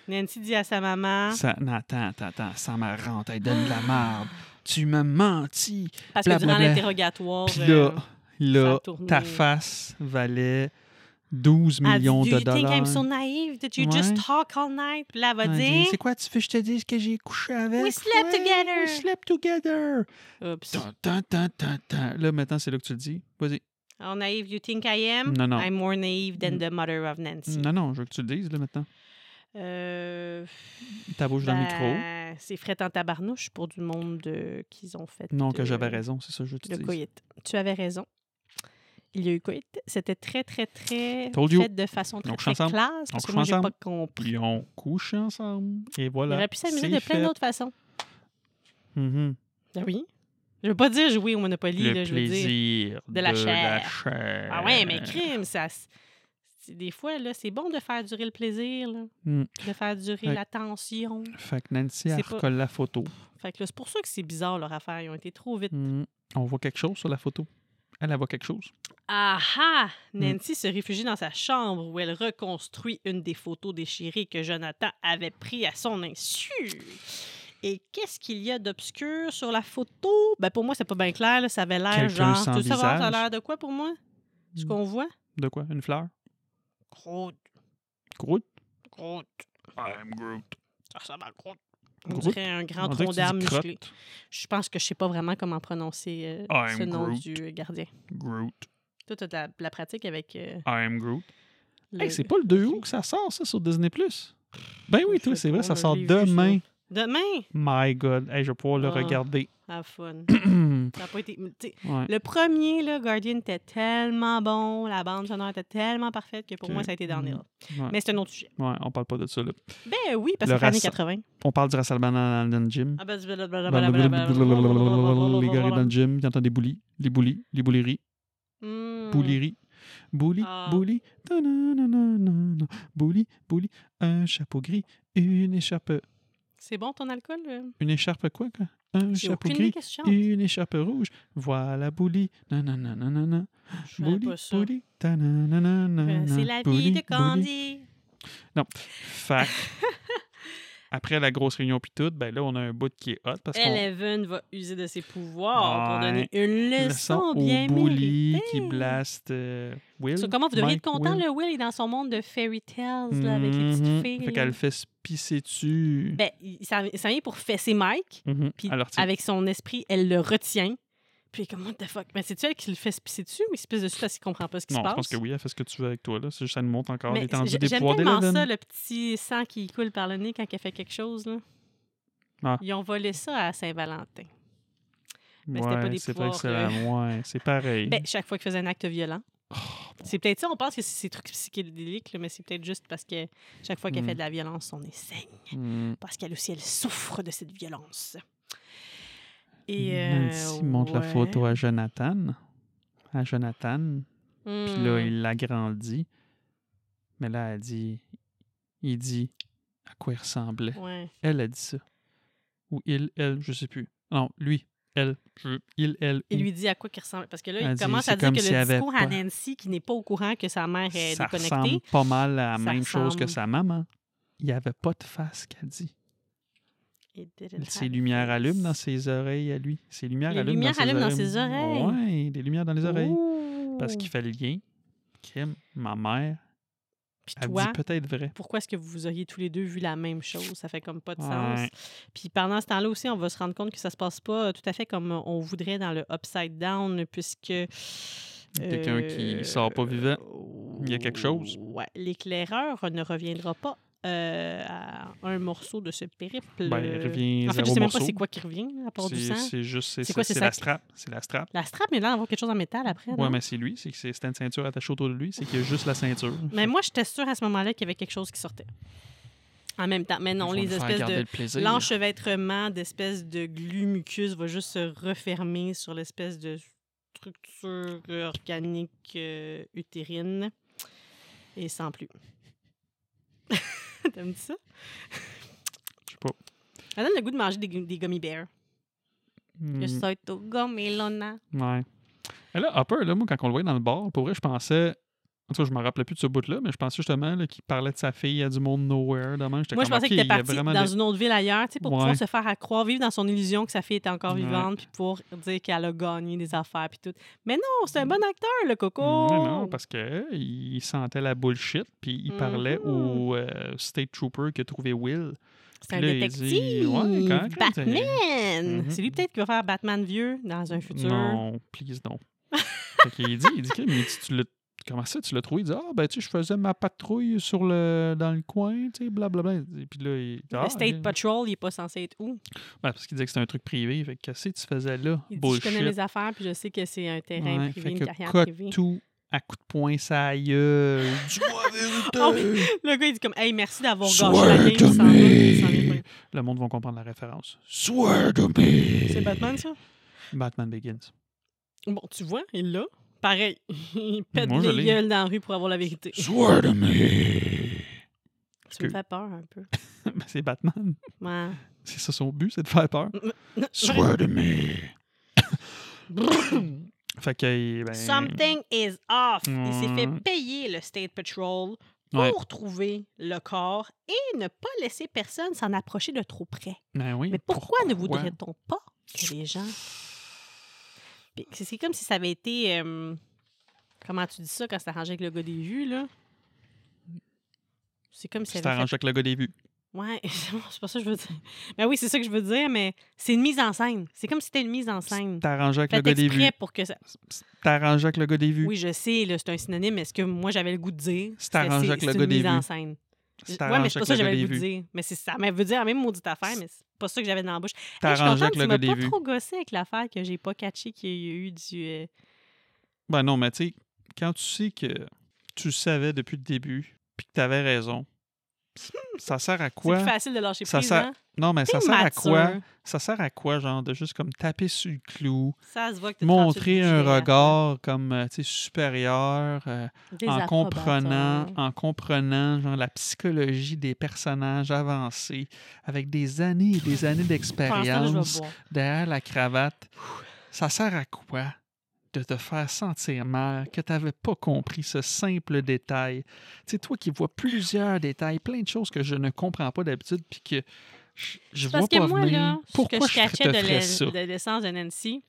Speaker 3: Nancy dit à sa maman.
Speaker 4: Ça, non, attends, attends, attends. Ça m'a rentre, elle donne de la merde. Tu m'as menti.
Speaker 3: Parce que durant
Speaker 4: blablabla.
Speaker 3: l'interrogatoire.
Speaker 4: Puis
Speaker 3: euh,
Speaker 4: là, là,
Speaker 3: tournait.
Speaker 4: ta face valait 12
Speaker 3: elle
Speaker 4: millions
Speaker 3: dit,
Speaker 4: de
Speaker 3: Do you think
Speaker 4: dollars.
Speaker 3: I'm so naive? Did you just
Speaker 4: Ouais.
Speaker 3: talk all night? Puis là, elle va
Speaker 4: Elle dit,
Speaker 3: dire.
Speaker 4: C'est quoi, tu veux que je te dise que j'ai couché avec?
Speaker 3: We slept together.
Speaker 4: We slept together.
Speaker 3: Oups.
Speaker 4: Tan, tan, tan, tan, tan. Là, maintenant, c'est là que tu le dis. Vas-y.
Speaker 3: How naive you think I am?
Speaker 4: Non, Mm. non.
Speaker 3: I'm more naive than the mother of Nancy.
Speaker 4: Non, non, je veux que tu le dises, là, maintenant.
Speaker 3: Euh,
Speaker 4: Ta bouche dans le micro.
Speaker 3: ben, C'est frais en tabarnouche pour du monde de- qu'ils ont fait.
Speaker 4: Non, que
Speaker 3: euh,
Speaker 4: j'avais raison, c'est ça que je veux que tu
Speaker 3: Le
Speaker 4: dises.
Speaker 3: coït. Tu avais raison. Il y a eu coït. C'était très, très, très
Speaker 4: Told you.
Speaker 3: fait de façon très,
Speaker 4: Donc,
Speaker 3: très
Speaker 4: ensemble.
Speaker 3: classe.
Speaker 4: Donc,
Speaker 3: Parce que moi, j'ai
Speaker 4: ensemble.
Speaker 3: pas compris.
Speaker 4: Ils ont couché ensemble. Et
Speaker 3: Il
Speaker 4: voilà.
Speaker 3: aurait pu s'amuser
Speaker 4: c'est
Speaker 3: de
Speaker 4: fait.
Speaker 3: plein d'autres façons.
Speaker 4: Mhm.
Speaker 3: Ben oui. Je veux pas dire jouer au Monopoly,
Speaker 4: Le
Speaker 3: là, je veux dire.
Speaker 4: plaisir
Speaker 3: de la chair.
Speaker 4: chair.
Speaker 3: Ah ouais, mais crime, ça. s- c'est- Des fois, là, c'est bon de faire durer le plaisir, là,
Speaker 4: Mm.
Speaker 3: de faire durer
Speaker 4: Ouais.
Speaker 3: la tension.
Speaker 4: Fait que Nancy, elle
Speaker 3: C'est pas-
Speaker 4: recolle la photo.
Speaker 3: Fait que là, c'est pour ça que c'est bizarre leur affaire. Ils ont été trop vite.
Speaker 4: Mhm. On voit quelque chose sur la photo. Elle, elle voit quelque chose.
Speaker 3: Ah ah!
Speaker 4: Mm.
Speaker 3: Nancy se réfugie dans sa chambre où elle reconstruit une des photos déchirées que Jonathan avait pris à son insu. Et qu'est-ce qu'il y a d'obscur sur la photo? Ben pour moi, c'est pas bien clair. là. Ça avait l'air
Speaker 4: Quelqu'un
Speaker 3: genre. Tu
Speaker 4: sans
Speaker 3: veux savoir, ça a
Speaker 4: visage.
Speaker 3: l'air de quoi pour moi? Ce
Speaker 4: Mm.
Speaker 3: qu'on voit?
Speaker 4: De quoi? Une fleur?
Speaker 3: Groot,
Speaker 4: Groot?
Speaker 3: Groot.
Speaker 4: I'm Groot.
Speaker 3: Ça ressemble à Groot. On
Speaker 4: Groot?
Speaker 3: dirait un grand
Speaker 4: On dirait
Speaker 3: tronc
Speaker 4: que tu dis
Speaker 3: d'arbre
Speaker 4: crotte.
Speaker 3: musclé. Je pense que je sais pas vraiment comment prononcer euh,
Speaker 4: I'm
Speaker 3: ce nom
Speaker 4: Groot.
Speaker 3: du euh, gardien.
Speaker 4: Groot.
Speaker 3: Toi, t'as de la, de la pratique avec euh,
Speaker 4: I'm Groot.
Speaker 3: le-
Speaker 4: Hey, c'est pas le 2 août que ça sort, ça, sur Disney+. Ben oui,
Speaker 3: Je
Speaker 4: toi,
Speaker 3: sais
Speaker 4: c'est vrai,
Speaker 3: pas,
Speaker 4: ça
Speaker 3: là,
Speaker 4: sort
Speaker 3: je l'ai vu,
Speaker 4: demain.
Speaker 3: Demain!
Speaker 4: My God. Hey, je vais pouvoir le
Speaker 3: Ah.
Speaker 4: regarder.
Speaker 3: Have fun.
Speaker 4: Hmm,
Speaker 3: Ça a pas été. tu sais,
Speaker 4: ouais.
Speaker 3: Le premier, là, Guardian, était tellement bon, la bande sonore était tellement parfaite que pour
Speaker 4: Ok.
Speaker 3: moi, ça a été Downhill.
Speaker 4: Ouais.
Speaker 3: Mais c'est un autre sujet.
Speaker 4: Ouais, on parle pas de ça. Là.
Speaker 3: Ben oui, parce
Speaker 4: Le
Speaker 3: que c'est années
Speaker 4: raci-
Speaker 3: 80.
Speaker 4: On parle du rassemblement dans, dans le gym.
Speaker 3: Ah ben,
Speaker 4: Les gars dans le gym, ils entendent des boulis, les boulis, les bouliries,
Speaker 3: Hmm.
Speaker 4: bouliries, bouli,
Speaker 3: Ah.
Speaker 4: bouli, ta-na-na-na-na-na, bouli, bouli, un chapeau gris, une écharpe,
Speaker 3: C'est bon ton alcool? euh?
Speaker 4: une écharpe quoi, quoi? Un
Speaker 3: J'ai
Speaker 4: chapeau
Speaker 3: aucune idée
Speaker 4: gris,
Speaker 3: qu'est-ce que tu chantes.
Speaker 4: une écharpe rouge, voilà bouli, nanananana,
Speaker 3: Je connais
Speaker 4: bouli,
Speaker 3: pas ça.
Speaker 4: bouli,
Speaker 3: Euh,
Speaker 4: ta-na-na-na-na,
Speaker 3: C'est la vie
Speaker 4: bouli,
Speaker 3: de
Speaker 4: bouli.
Speaker 3: Candy.
Speaker 4: Fac. Après la grosse réunion pis tout, ben là, on a un bout qui est hot parce qu'on
Speaker 3: Eleven va user de ses pouvoirs pour
Speaker 4: Ouais.
Speaker 3: donner une
Speaker 4: le
Speaker 3: leçon
Speaker 4: son
Speaker 3: bien
Speaker 4: au bully
Speaker 3: méritée.
Speaker 4: qui blaste euh, Will.
Speaker 3: So, comment vous devriez être
Speaker 4: Mike
Speaker 3: content,
Speaker 4: Will.
Speaker 3: le Will est dans son monde de fairy tales là, avec les petites
Speaker 4: Mhm.
Speaker 3: filles.
Speaker 4: Fait
Speaker 3: là.
Speaker 4: qu'elle fait se pisser dessus.
Speaker 3: Ben, il- ça, ça vient pour fesser Mike,
Speaker 4: Mhm.
Speaker 3: Ben, puis
Speaker 4: Alors, tu sais,
Speaker 3: avec son esprit, elle le retient. Puis elle est comme, what the fuck? Mais c'est-tu elle qui le fait se pisser dessus ou il se pisse dessus parce qu'il comprend pas ce qui
Speaker 4: non,
Speaker 3: se passe?
Speaker 4: je pense que oui, elle fait ce que tu veux avec toi. là. C'est juste, ça nous montre encore
Speaker 3: Mais
Speaker 4: l'étendue
Speaker 3: j-
Speaker 4: des
Speaker 3: j'aime
Speaker 4: pouvoirs
Speaker 3: tellement
Speaker 4: d'Eleven.
Speaker 3: ça, le petit sang qui coule par le nez quand elle fait quelque chose. Là.
Speaker 4: Ah.
Speaker 3: Ils ont volé ça à Saint-Valentin. mais c'était
Speaker 4: ouais,
Speaker 3: pas des
Speaker 4: c'est
Speaker 3: pouvoirs,
Speaker 4: excellent. Ouais, c'est pareil.
Speaker 3: Ben, chaque fois qu'il faisait un acte violent. C'est peut-être ça, on pense que c'est ces trucs psychédéliques, là, mais c'est peut-être juste parce que chaque fois qu'elle
Speaker 4: Mm.
Speaker 3: fait de la violence, on essaye.
Speaker 4: Mm.
Speaker 3: Parce qu'elle aussi, elle souffre de cette violence. Et.
Speaker 4: Nancy
Speaker 3: euh,
Speaker 4: montre la
Speaker 3: ouais.
Speaker 4: photo à Jonathan. À Jonathan.
Speaker 3: Mm.
Speaker 4: Puis là, il l'agrandit. Mais là, elle dit. Il dit à quoi il ressemblait.
Speaker 3: Ouais.
Speaker 4: Elle a dit ça. Ou il, elle, je sais plus. Non, lui, elle, je- il, elle.
Speaker 3: Il
Speaker 4: ou.
Speaker 3: lui dit à quoi qu'il ressemble. Parce que là, il
Speaker 4: Elle dit,
Speaker 3: commence
Speaker 4: c'est
Speaker 3: à dire
Speaker 4: comme
Speaker 3: que
Speaker 4: s'il
Speaker 3: le
Speaker 4: avait
Speaker 3: discours
Speaker 4: pas-
Speaker 3: à Nancy, qui n'est pas au courant que sa mère est
Speaker 4: ça ressemble
Speaker 3: déconnectée.
Speaker 4: pas mal à la
Speaker 3: Ça
Speaker 4: même chose que
Speaker 3: ressemble.
Speaker 4: sa maman. Il n'y avait pas de face qu'elle dit.
Speaker 3: It didn't
Speaker 4: Ses
Speaker 3: have
Speaker 4: lumières
Speaker 3: a
Speaker 4: allument dans
Speaker 3: face.
Speaker 4: ses oreilles à lui. Ses lumières
Speaker 3: Les
Speaker 4: allument,
Speaker 3: lumières
Speaker 4: dans, ses
Speaker 3: allument dans
Speaker 4: oreilles.
Speaker 3: ses oreilles.
Speaker 4: Ouais, des lumières dans les oreilles. Parce
Speaker 3: Ouh.
Speaker 4: qu'il fait le lien. Kim, ma mère,
Speaker 3: Puis
Speaker 4: elle
Speaker 3: toi,
Speaker 4: dit peut-être vrai.
Speaker 3: pourquoi est-ce que vous auriez tous les deux vu la même chose? Ça fait comme pas de
Speaker 4: Ouais.
Speaker 3: sens. Puis pendant ce temps-là aussi, on va se rendre compte que ça se passe pas euh, tout à fait comme on voudrait dans le Upside Down, puisque... euh,
Speaker 4: Quelqu'un qui sort pas vivant. Il y a quelque chose.
Speaker 3: Ouais. L'éclaireur ne reviendra pas euh, à un morceau de ce périple.
Speaker 4: Ben, il revient
Speaker 3: en fait, je
Speaker 4: zéro
Speaker 3: sais même
Speaker 4: morceau.
Speaker 3: pas c'est quoi qui revient, là, à part du
Speaker 4: C'est
Speaker 3: sang.
Speaker 4: c'est juste, c'est
Speaker 3: C'est quoi,
Speaker 4: c'est-
Speaker 3: c'est
Speaker 4: c'est
Speaker 3: ça
Speaker 4: la
Speaker 3: qui-
Speaker 4: strap. C'est la strap.
Speaker 3: La strap, mais là, d'avoir quelque chose en métal après.
Speaker 4: Ouais,
Speaker 3: non?
Speaker 4: mais c'est lui. C'est que c'est- c'était une ceinture attachée autour de lui. C'est qu'il y a juste la ceinture.
Speaker 3: Mais moi, j'étais sûre à ce moment-là qu'il y avait quelque chose qui sortait. En même temps. Mais non, les
Speaker 4: Ils vont nous faire
Speaker 3: espèces
Speaker 4: garder
Speaker 3: de
Speaker 4: le plaisir.
Speaker 3: L'enchevêtrement d'espèces de glu muqueuse va juste se refermer sur l'espèce de structure organique euh, utérine et sans plus. T'aimes ça?
Speaker 4: Je sais pas.
Speaker 3: Ça donne le goût de manger des, gu- des gummy bears.
Speaker 4: Mm-hmm.
Speaker 3: Je
Speaker 4: Hmm.
Speaker 3: suis au gummy lona.
Speaker 4: Ouais. Et là, Hopper, là, moi, quand on le voyait dans le bar, pour vrai, je pensais. En tout cas, je me rappelais plus de ce bout-là, mais je pensais justement là, qu'il parlait de sa fille à du monde nowhere. Demain, j'étais
Speaker 3: Moi, je
Speaker 4: comme,
Speaker 3: pensais
Speaker 4: OK,
Speaker 3: qu'il était
Speaker 4: il y a
Speaker 3: parti
Speaker 4: vraiment
Speaker 3: dans
Speaker 4: des-
Speaker 3: une autre ville ailleurs, tu sais, pour
Speaker 4: Ouais.
Speaker 3: pouvoir se faire à croire, vivre dans son illusion que sa fille était encore
Speaker 4: Ouais.
Speaker 3: vivante, puis pour dire qu'elle a gagné des affaires, puis tout. Mais non, c'est un bon acteur, le coco!
Speaker 4: Mm. Mais Hmm, non, parce qu'il sentait la bullshit, puis il parlait
Speaker 3: Mhm.
Speaker 4: au euh, state trooper qui a trouvé Will.
Speaker 3: C'est un
Speaker 4: Puis là, il
Speaker 3: détective.
Speaker 4: dit, ouais, quand- quand t'es-
Speaker 3: Batman.
Speaker 4: Mhm.
Speaker 3: C'est lui peut-être qui va faire Batman vieux dans un futur.
Speaker 4: Non, please, non. fait qu'il dit, il dit, Kim, il dit, tu l'as- Comment ça, tu l'as trouvé? Il dit, ah, ben, tu sais, je faisais ma patrouille sur le... dans le coin, tu sais, blablabla. Et puis là, il dit,
Speaker 3: Le
Speaker 4: Ah,
Speaker 3: State
Speaker 4: il-
Speaker 3: Patrol, il est pas censé être où?
Speaker 4: Ouais, Ben, parce qu'il disait que c'était un truc privé. Fait que, qu'est-ce que tu faisais là?
Speaker 3: Il dit, je
Speaker 4: Bullshit.
Speaker 3: connais mes affaires, puis je sais que c'est un terrain
Speaker 4: Ouais,
Speaker 3: privé,
Speaker 4: fait
Speaker 3: une
Speaker 4: que
Speaker 3: carrière
Speaker 4: cote
Speaker 3: privée.
Speaker 4: tout à coup de poing sa gueule. Dis-moi la
Speaker 3: Ah
Speaker 4: vérité.
Speaker 3: Le gars, il dit comme, hey, merci d'avoir
Speaker 4: Swear
Speaker 3: gâché la game. Il
Speaker 4: to
Speaker 3: s'en va, il s'en
Speaker 4: me.
Speaker 3: vient pas.
Speaker 4: Le monde va comprendre la référence. Swear to me.
Speaker 3: C'est Batman, ça?
Speaker 4: Batman Begins.
Speaker 3: Bon, tu vois, il l'a. Pareil, il pète
Speaker 4: Moi, je
Speaker 3: les
Speaker 4: l'ai.
Speaker 3: gueules dans la rue pour avoir la vérité.
Speaker 4: Swear to me.
Speaker 3: Tu me
Speaker 4: que-
Speaker 3: fais peur un peu.
Speaker 4: Ben, c'est Batman.
Speaker 3: Ouais.
Speaker 4: C'est ça son but, c'est de faire peur. Swear to me. fait que. Ben,
Speaker 3: Something is off. Il s'est fait
Speaker 4: Ouais.
Speaker 3: payer le State Patrol pour
Speaker 4: Ouais.
Speaker 3: trouver le corps et ne pas laisser personne s'en approcher de trop près.
Speaker 4: Ben oui,
Speaker 3: Mais pourquoi, ne voudrait-on pas que les gens... Puis C'est c'est comme si ça avait été... euh, comment tu dis ça quand c'est arrangé avec le gars des vues, là? C'est comme si...
Speaker 4: C'est arrangé avec le gars des vues.
Speaker 3: Ouais, c'est pas ça que je veux dire. Ben oui, c'est ça que je veux dire, mais c'est une mise en scène. C'est comme si c'était une mise en scène.
Speaker 4: T'as arrangé avec le
Speaker 3: Faites
Speaker 4: gars des vues.
Speaker 3: exprès pour que ça...
Speaker 4: T'as arrangé avec le gars des vues.
Speaker 3: Oui, je sais, là, c'est un synonyme, mais ce que moi j'avais le goût de dire,
Speaker 4: C'est arrangé
Speaker 3: c'est-
Speaker 4: avec le
Speaker 3: c'est
Speaker 4: gars
Speaker 3: une
Speaker 4: des
Speaker 3: mise en
Speaker 4: vues.
Speaker 3: scène.
Speaker 4: C'est
Speaker 3: ouais, mais
Speaker 4: arrangé
Speaker 3: c'est pas ça
Speaker 4: avec
Speaker 3: que
Speaker 4: le gars
Speaker 3: j'avais
Speaker 4: des
Speaker 3: le goût de
Speaker 4: vues.
Speaker 3: dire. Mais c'est ça m'a veut dire la même maudite affaire, Ah, mais c'est pas ça que j'avais dans la bouche.
Speaker 4: T'as
Speaker 3: Hey, je suis
Speaker 4: arrangé
Speaker 3: contente
Speaker 4: avec
Speaker 3: que
Speaker 4: le
Speaker 3: tu
Speaker 4: gars
Speaker 3: m'as
Speaker 4: des
Speaker 3: pas
Speaker 4: vues.
Speaker 3: trop gossé avec l'affaire que j'ai pas catché qu'il y a eu du. euh,
Speaker 4: Ben non, mais tu sais, quand tu sais que tu le savais depuis le début, puis que t'avais raison, c- ça sert à
Speaker 3: C'est plus
Speaker 4: quoi?
Speaker 3: facile de lâcher
Speaker 4: Ça
Speaker 3: prise,
Speaker 4: sert-
Speaker 3: hein?
Speaker 4: Non, mais ça
Speaker 3: T'es
Speaker 4: sert à
Speaker 3: mature.
Speaker 4: quoi? Ça sert à quoi, genre, de juste comme taper sur le clou,
Speaker 3: Ça se voit que t'es
Speaker 4: montrer
Speaker 3: tranquille,
Speaker 4: un
Speaker 3: bouger,
Speaker 4: regard comme, euh, tu sais, supérieur, euh, en
Speaker 3: désapprobateur.
Speaker 4: comprenant, en comprenant genre, la psychologie des personnages avancés, avec des années et des
Speaker 3: Pendant ce temps-là, je
Speaker 4: années
Speaker 3: vais
Speaker 4: d'expérience
Speaker 3: boire.
Speaker 4: derrière la cravate, ça sert à quoi de te faire sentir mal que tu n'avais pas compris ce simple détail? Tu sais, toi qui vois plusieurs détails, plein de choses que je ne comprends pas d'habitude, puis que je, je
Speaker 3: C'est
Speaker 4: vois
Speaker 3: Parce que
Speaker 4: pas
Speaker 3: moi,
Speaker 4: venir.
Speaker 3: là,
Speaker 4: Pourquoi
Speaker 3: ce que je
Speaker 4: je,
Speaker 3: catchais
Speaker 4: te
Speaker 3: de
Speaker 4: ferais
Speaker 3: l'e-
Speaker 4: ça?
Speaker 3: de l'essence de Nancy,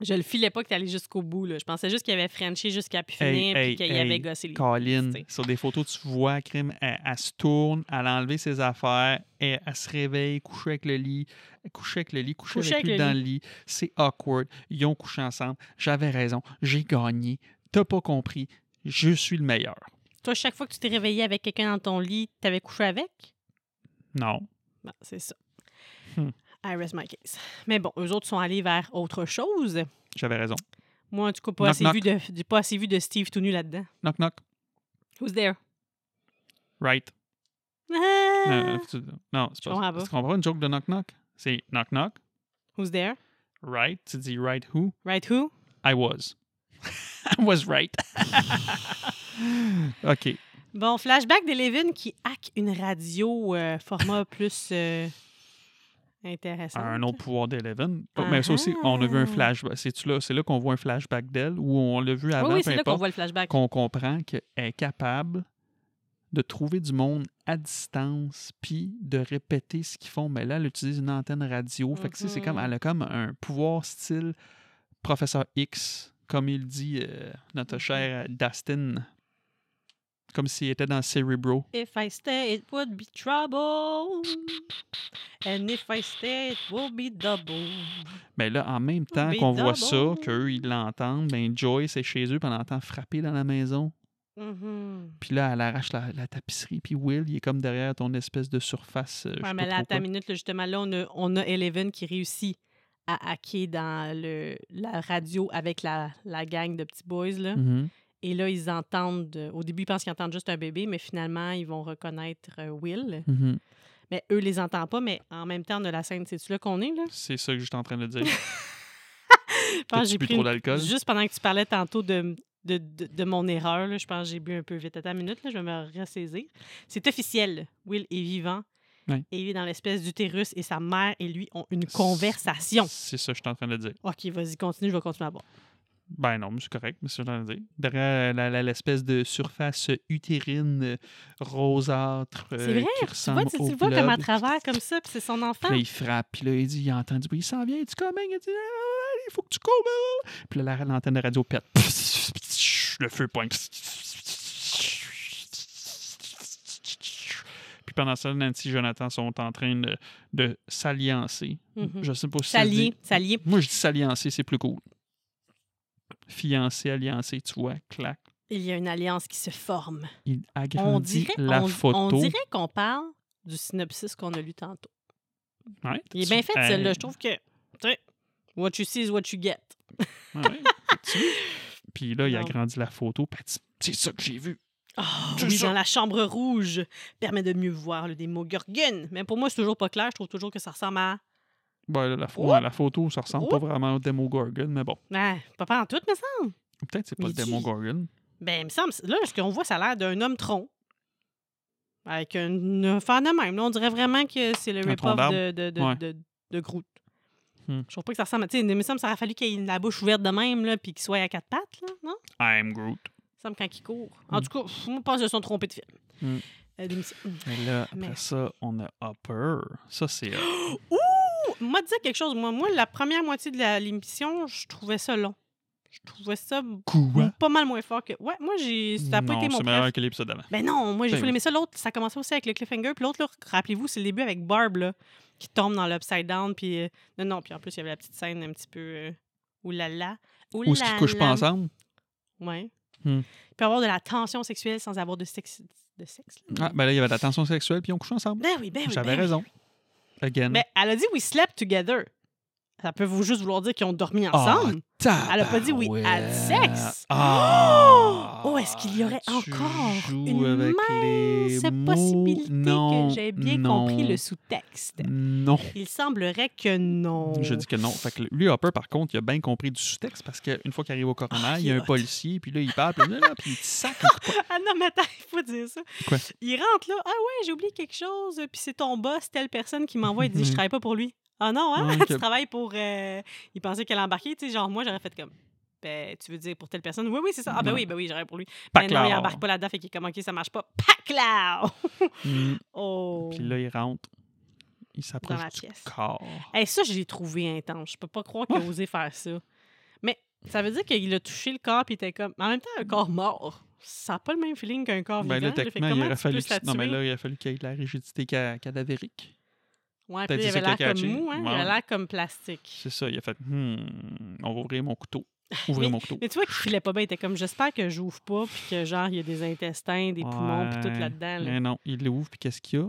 Speaker 3: je le filais pas que t'allais jusqu'au bout. Là. Je pensais juste qu'il avait Frenché jusqu'à pu
Speaker 4: Hey,
Speaker 3: finir
Speaker 4: hey,
Speaker 3: puis qu'il
Speaker 4: hey,
Speaker 3: avait gossé les
Speaker 4: Colin,
Speaker 3: tu sais.
Speaker 4: sur des photos, tu vois, crime, elle, elle se tourne, elle a enlevé ses affaires, elle, elle se réveille, couchée avec le lit, couchée avec le lit, couchée
Speaker 3: Couchée
Speaker 4: avec,
Speaker 3: avec
Speaker 4: lui
Speaker 3: le
Speaker 4: dans le lit. C'est awkward. Ils ont couché ensemble. J'avais raison. J'ai gagné. T'as pas compris. Je suis le meilleur.
Speaker 3: Toi, chaque fois que tu t'es réveillé avec quelqu'un dans ton lit, t'avais couché avec?
Speaker 4: Non.
Speaker 3: Bon, c'est ça.
Speaker 4: Hmm.
Speaker 3: I rest my case. Mais bon, eux autres sont allés vers autre chose.
Speaker 4: J'avais raison.
Speaker 3: Moi, en tout cas, pas,
Speaker 4: Knock,
Speaker 3: assez
Speaker 4: knock.
Speaker 3: vu, de, de- pas assez vu de Steve tout nu là-dedans.
Speaker 4: Knock, knock.
Speaker 3: Who's there?
Speaker 4: Right.
Speaker 3: Ah!
Speaker 4: Euh, tu- non, c'est
Speaker 3: Je
Speaker 4: pas
Speaker 3: comprends
Speaker 4: ça.
Speaker 3: pas.
Speaker 4: Tu comprends pas une joke de knock, knock? C'est knock, knock.
Speaker 3: Who's there?
Speaker 4: Right. Tu dis right who?
Speaker 3: Right who?
Speaker 4: I was. I was right. OK.
Speaker 3: Bon, flashback d'Elevin qui hack une radio euh, format plus euh, intéressant.
Speaker 4: un autre pouvoir d'Eleven. Oh, Mais ça aussi, on a
Speaker 3: Ah.
Speaker 4: vu un flashback. C'est là, c'est là qu'on voit un flashback d'elle ou on l'a vu avant,
Speaker 3: Oui, oui
Speaker 4: peu
Speaker 3: c'est là qu'on
Speaker 4: importe,
Speaker 3: voit le flashback.
Speaker 4: qu'on comprend qu'elle est capable de trouver du monde à distance puis de répéter ce qu'ils font. Mais là, elle utilise une antenne radio. Fait que tu sais, c'est comme,
Speaker 3: Mhm.
Speaker 4: elle a comme un pouvoir style professeur X, comme il dit euh,
Speaker 3: Mm-hmm.
Speaker 4: notre cher Dustin. Comme s'il était dans Cerebro.
Speaker 3: If I stay, it would be trouble. And if I stay, it would be double.
Speaker 4: Mais là, en même temps
Speaker 3: Mais
Speaker 4: qu'on voit ça,
Speaker 3: d'abord-
Speaker 4: qu'eux, ils l'entendent, ben Joyce est chez eux, pendant l'entend frapper dans la maison.
Speaker 3: Mhm.
Speaker 4: Puis là, elle arrache la, la tapisserie. Puis Will, il est comme derrière ton espèce de surface. euh, je
Speaker 3: Ouais,
Speaker 4: sais
Speaker 3: mais
Speaker 4: pas
Speaker 3: là, à
Speaker 4: trop quoi.
Speaker 3: ta minute, là, justement, là, on a, on a Eleven qui réussit à hacker dans le, la radio avec la, la gang de petits boys. Là.
Speaker 4: Mhm.
Speaker 3: Et là, ils entendent. euh, Au début, ils pensent qu'ils entendent juste un bébé, mais finalement, ils vont reconnaître euh, Will.
Speaker 4: Mhm.
Speaker 3: Mais eux, les entendent pas, mais en même temps, de la scène, c'est-tu là qu'on est, là?
Speaker 4: C'est ça que j'étais en train de dire.
Speaker 3: Je pense que
Speaker 4: T'as-tu bu
Speaker 3: une-
Speaker 4: trop d'alcool?
Speaker 3: Juste pendant que tu parlais tantôt de, de, de- de mon erreur, là, je pense que j'ai bu un peu vite. Attends une minute, là, je vais me ressaisir. C'est officiel. Will est vivant.
Speaker 4: Oui.
Speaker 3: Et il est dans l'espèce d'utérus et sa mère et lui ont une conversation.
Speaker 4: C'est ça que j'étais en train de dire.
Speaker 3: OK, vas-y, continue, je vais continuer à boire.
Speaker 4: Ben non, mais c'est correct, mais c'est ça que j'étais en train de dire. Derrière la- la- l'espèce de surface utérine euh, rosâtre euh,
Speaker 3: C'est vrai,
Speaker 4: qui
Speaker 3: tu vois,
Speaker 4: ressemble
Speaker 3: tu,
Speaker 4: au
Speaker 3: tu vois
Speaker 4: globe.
Speaker 3: comme à travers, comme ça, puis c'est son enfant.
Speaker 4: Puis là, il frappe. Puis là, il dit, il entend du bruit. Il s'en vient. Il dit, comment? Il dit, Ah, il faut que tu cours. blablabla. Puis là, la- l'antenne de radio pète. Le feu pointe. Puis pendant ça, Nancy et Jonathan sont en train de, de s'alliancer.
Speaker 3: Mhm.
Speaker 4: Je sais pas si ça se
Speaker 3: S'allier,
Speaker 4: dit.
Speaker 3: s'allier.
Speaker 4: Moi, je dis s'alliancer, c'est plus cool. Fiancé, alliancé, tu vois, clac.
Speaker 3: Il y a une alliance qui se forme.
Speaker 4: Il
Speaker 3: On
Speaker 4: agrandit
Speaker 3: dirait
Speaker 4: la
Speaker 3: on-
Speaker 4: photo.
Speaker 3: on dirait qu'on parle du synopsis qu'on a lu tantôt.
Speaker 4: Ouais,
Speaker 3: Il est
Speaker 4: tu-
Speaker 3: bien fait,
Speaker 4: Hey.
Speaker 3: celui-là. Je trouve que, tu sais, what you see is what you get.
Speaker 4: Ouais, ouais, tu vois. Puis là, il a
Speaker 3: Non.
Speaker 4: grandi la photo. puis elle dit, C'est ça que j'ai vu.
Speaker 3: Oh,
Speaker 4: C'est
Speaker 3: oui,
Speaker 4: ça.
Speaker 3: dans la chambre rouge permet de mieux voir le démo Gurgen. Mais pour moi, c'est toujours pas clair. Je trouve toujours que ça ressemble à.
Speaker 4: Ben, là, la, pho-
Speaker 3: Oh!
Speaker 4: ouais, la photo, ça ressemble pas
Speaker 3: Oh!
Speaker 4: vraiment au Demogorgon, mais bon.
Speaker 3: Ah, pas pas en tout, mais ça.
Speaker 4: Ou Peut-être que c'est pas le
Speaker 3: Mais tu-
Speaker 4: Demogorgon.
Speaker 3: Ben, il me semble. Là, ce qu'on voit, ça a l'air d'un homme tronc. Avec un enfant de même. Là, on dirait vraiment que c'est le
Speaker 4: Un
Speaker 3: rip-off
Speaker 4: tronc d'arbre.
Speaker 3: de, de, de,
Speaker 4: Ouais.
Speaker 3: de- de Groot.
Speaker 4: Hmm.
Speaker 3: Je trouve pas que ça ressemble. à- Tu sais, il me semble que ça aurait fallu qu'il ait la bouche ouverte de même, là, puis qu'il soit à quatre pattes, là, non?
Speaker 4: I'm Groot.
Speaker 3: Il me semble quand il court. En
Speaker 4: Hmm.
Speaker 3: tout cas, pff, moi, je pense qu'ils se sont trompés de film.
Speaker 4: Hmm.
Speaker 3: Euh, d'émission.
Speaker 4: Mais là, après
Speaker 3: Mais-
Speaker 4: ça, on a Hopper. Ça, c'est. euh,
Speaker 3: Ouh! Moi, dire quelque chose. Moi, moi la première moitié de la- l'émission, je trouvais ça long. Je trouvais ça m-
Speaker 4: Quoi?
Speaker 3: pas mal moins fort que. Ouais, moi, j'ai. Ça a pas été
Speaker 4: Non,
Speaker 3: mon préf.
Speaker 4: c'est meilleur que l'épisode d'avant.
Speaker 3: Ben non, moi, j'ai
Speaker 4: Ben
Speaker 3: voulu
Speaker 4: oui.
Speaker 3: aimer ça. L'autre, ça commençait aussi avec le cliffhanger. Puis l'autre, là, rappelez-vous, c'est le début avec Barb, là, qui tombe dans l'upside down. Puis. euh, Non, non, puis en plus, il y avait la petite scène un petit peu. euh, Oulala.
Speaker 4: Ou ce qu'ils couchent pas ensemble.
Speaker 3: Ouais.
Speaker 4: Hmm.
Speaker 3: Il peut y avoir de la tension sexuelle sans avoir de sexe. De sexe là.
Speaker 4: Ah, ben là, il y avait de la tension sexuelle, puis on couchait ensemble.
Speaker 3: Ben oui, ben oui.
Speaker 4: J'avais
Speaker 3: ben oui.
Speaker 4: raison. Again.
Speaker 3: Mais elle a dit we slept together. Ça peut vous juste vouloir dire qu'ils ont dormi
Speaker 4: Ah,
Speaker 3: ensemble. Elle a pas dit oui à
Speaker 4: Tabarouette.
Speaker 3: sexe.
Speaker 4: Ah!
Speaker 3: Oh, est-ce qu'il y aurait
Speaker 4: Tu
Speaker 3: encore
Speaker 4: joues
Speaker 3: une
Speaker 4: avec les
Speaker 3: mince
Speaker 4: mots?
Speaker 3: possibilité
Speaker 4: Non,
Speaker 3: que j'ai bien
Speaker 4: non,
Speaker 3: compris le sous-texte?
Speaker 4: Non.
Speaker 3: Il semblerait que non.
Speaker 4: Je dis que non. Fait que lui, Hopper, par contre, il a bien compris du sous-texte parce qu'une fois qu'il arrive au coroner,
Speaker 3: Ah,
Speaker 4: il
Speaker 3: il
Speaker 4: y a
Speaker 3: est
Speaker 4: un
Speaker 3: hot.
Speaker 4: policier, puis là, il parle, puis là, là, puis il te sac. un coup de poing.
Speaker 3: Ah non, mais attends, il faut dire ça.
Speaker 4: Quoi?
Speaker 3: Il rentre là. Ah ouais, j'ai oublié quelque chose. Puis c'est ton boss, telle personne qui m'envoie et dit Je travaille pas pour lui. Ah non, hein
Speaker 4: Mm-hmm. Ouais,
Speaker 3: Tu
Speaker 4: ok.
Speaker 3: travailles pour. euh, Il pensait qu'elle embarquait. Tu sais, genre, moi, j'aurais fait comme. Ben, tu veux dire pour telle personne Oui, oui, c'est ça. Ah ben
Speaker 4: Non.
Speaker 3: oui, ben oui, j'aurais pour lui. mais
Speaker 4: Pas
Speaker 3: non, il
Speaker 4: clair.
Speaker 3: embarque pas là-dedans. Fait qu'il est comme Ok, ça marche pas. Paclao
Speaker 4: Mm.
Speaker 3: Oh
Speaker 4: Puis là, il rentre. Il
Speaker 3: Dans la
Speaker 4: s'approche du
Speaker 3: pièce.
Speaker 4: corps.
Speaker 3: Hey, ça, je l'ai trouvé intense. Je peux pas croire qu'il a osé faire ça. Mais ça veut dire qu'il a touché le corps puis il était comme. En même temps, un corps mort, ça n'a pas le même feeling qu'un corps
Speaker 4: Ben
Speaker 3: vivant.
Speaker 4: là,
Speaker 3: là. Fait que
Speaker 4: techniquement, il
Speaker 3: comment
Speaker 4: aurait
Speaker 3: tu peux
Speaker 4: fallu...
Speaker 3: statuer?
Speaker 4: que- Non, mais là, il a fallu qu'il y ait de la rigidité ca- cadavérique.
Speaker 3: Ouais,
Speaker 4: t'as
Speaker 3: puis il
Speaker 4: dit
Speaker 3: avait
Speaker 4: ça
Speaker 3: l'air
Speaker 4: qu'il a
Speaker 3: comme
Speaker 4: catché.
Speaker 3: mou, hein? Il avait
Speaker 4: Ouais.
Speaker 3: l'air comme plastique.
Speaker 4: C'est ça, il a fait Hmm, on va ouvrir mon couteau.
Speaker 3: Ah
Speaker 4: Ouvrez mon couteau.
Speaker 3: Mais tu vois qu'il filait pas bien. Il était comme, j'espère que j'ouvre pas, puis que genre, il y a des intestins, des poumons, puis tout
Speaker 4: Ouais.
Speaker 3: là-dedans. là.
Speaker 4: Mais non, il l'ouvre, puis qu'est-ce qu'il y a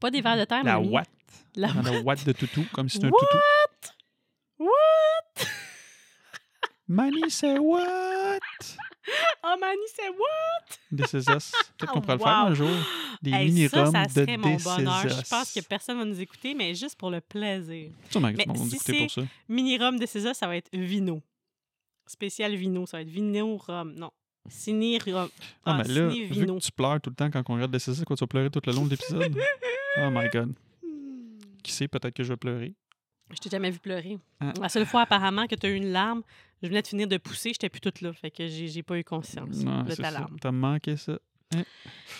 Speaker 3: Pas des vers de terre,
Speaker 4: La
Speaker 3: mamie.
Speaker 4: ouate.
Speaker 3: La
Speaker 4: Dans La ouate de toutou, comme si c'était un
Speaker 3: Ah, What?
Speaker 4: toutou.
Speaker 3: What?
Speaker 4: Manny, c'est what
Speaker 3: Oh, Manny, c'est what?
Speaker 4: Des Us. Peut-être qu'on pourrait le
Speaker 3: Oh, Wow.
Speaker 4: faire un jour. Des
Speaker 3: Hey, ça,
Speaker 4: mini-roms
Speaker 3: ça
Speaker 4: de
Speaker 3: serait mon
Speaker 4: This Is
Speaker 3: bonheur. Je
Speaker 4: Us.
Speaker 3: pense que personne va nous écouter, mais juste pour le plaisir.
Speaker 4: Sûrement que
Speaker 3: Mais
Speaker 4: tout le monde
Speaker 3: si
Speaker 4: écoutait pour ça.
Speaker 3: Mini-rhum de César, ça va être vino. Spécial vino, ça va être vino-rhum. Non, ciné-rhum.
Speaker 4: Ah, mais là, vu
Speaker 3: ciné-vino.
Speaker 4: que tu pleures tout le temps quand on regarde This Is Us, quoi, tu vas pleurer tout le long de l'épisode Oh my god.
Speaker 3: Hmm.
Speaker 4: Qui sait, peut-être que je vais pleurer.
Speaker 3: Je t'ai jamais vu pleurer.
Speaker 4: Ah.
Speaker 3: La seule fois, apparemment, que tu as eu une larme, je venais de finir de pousser, j'étais plus toute là. Fait que j'ai j'ai pas eu conscience
Speaker 4: Non,
Speaker 3: de
Speaker 4: c'est
Speaker 3: ta
Speaker 4: ça.
Speaker 3: larme.
Speaker 4: T'as manqué ça.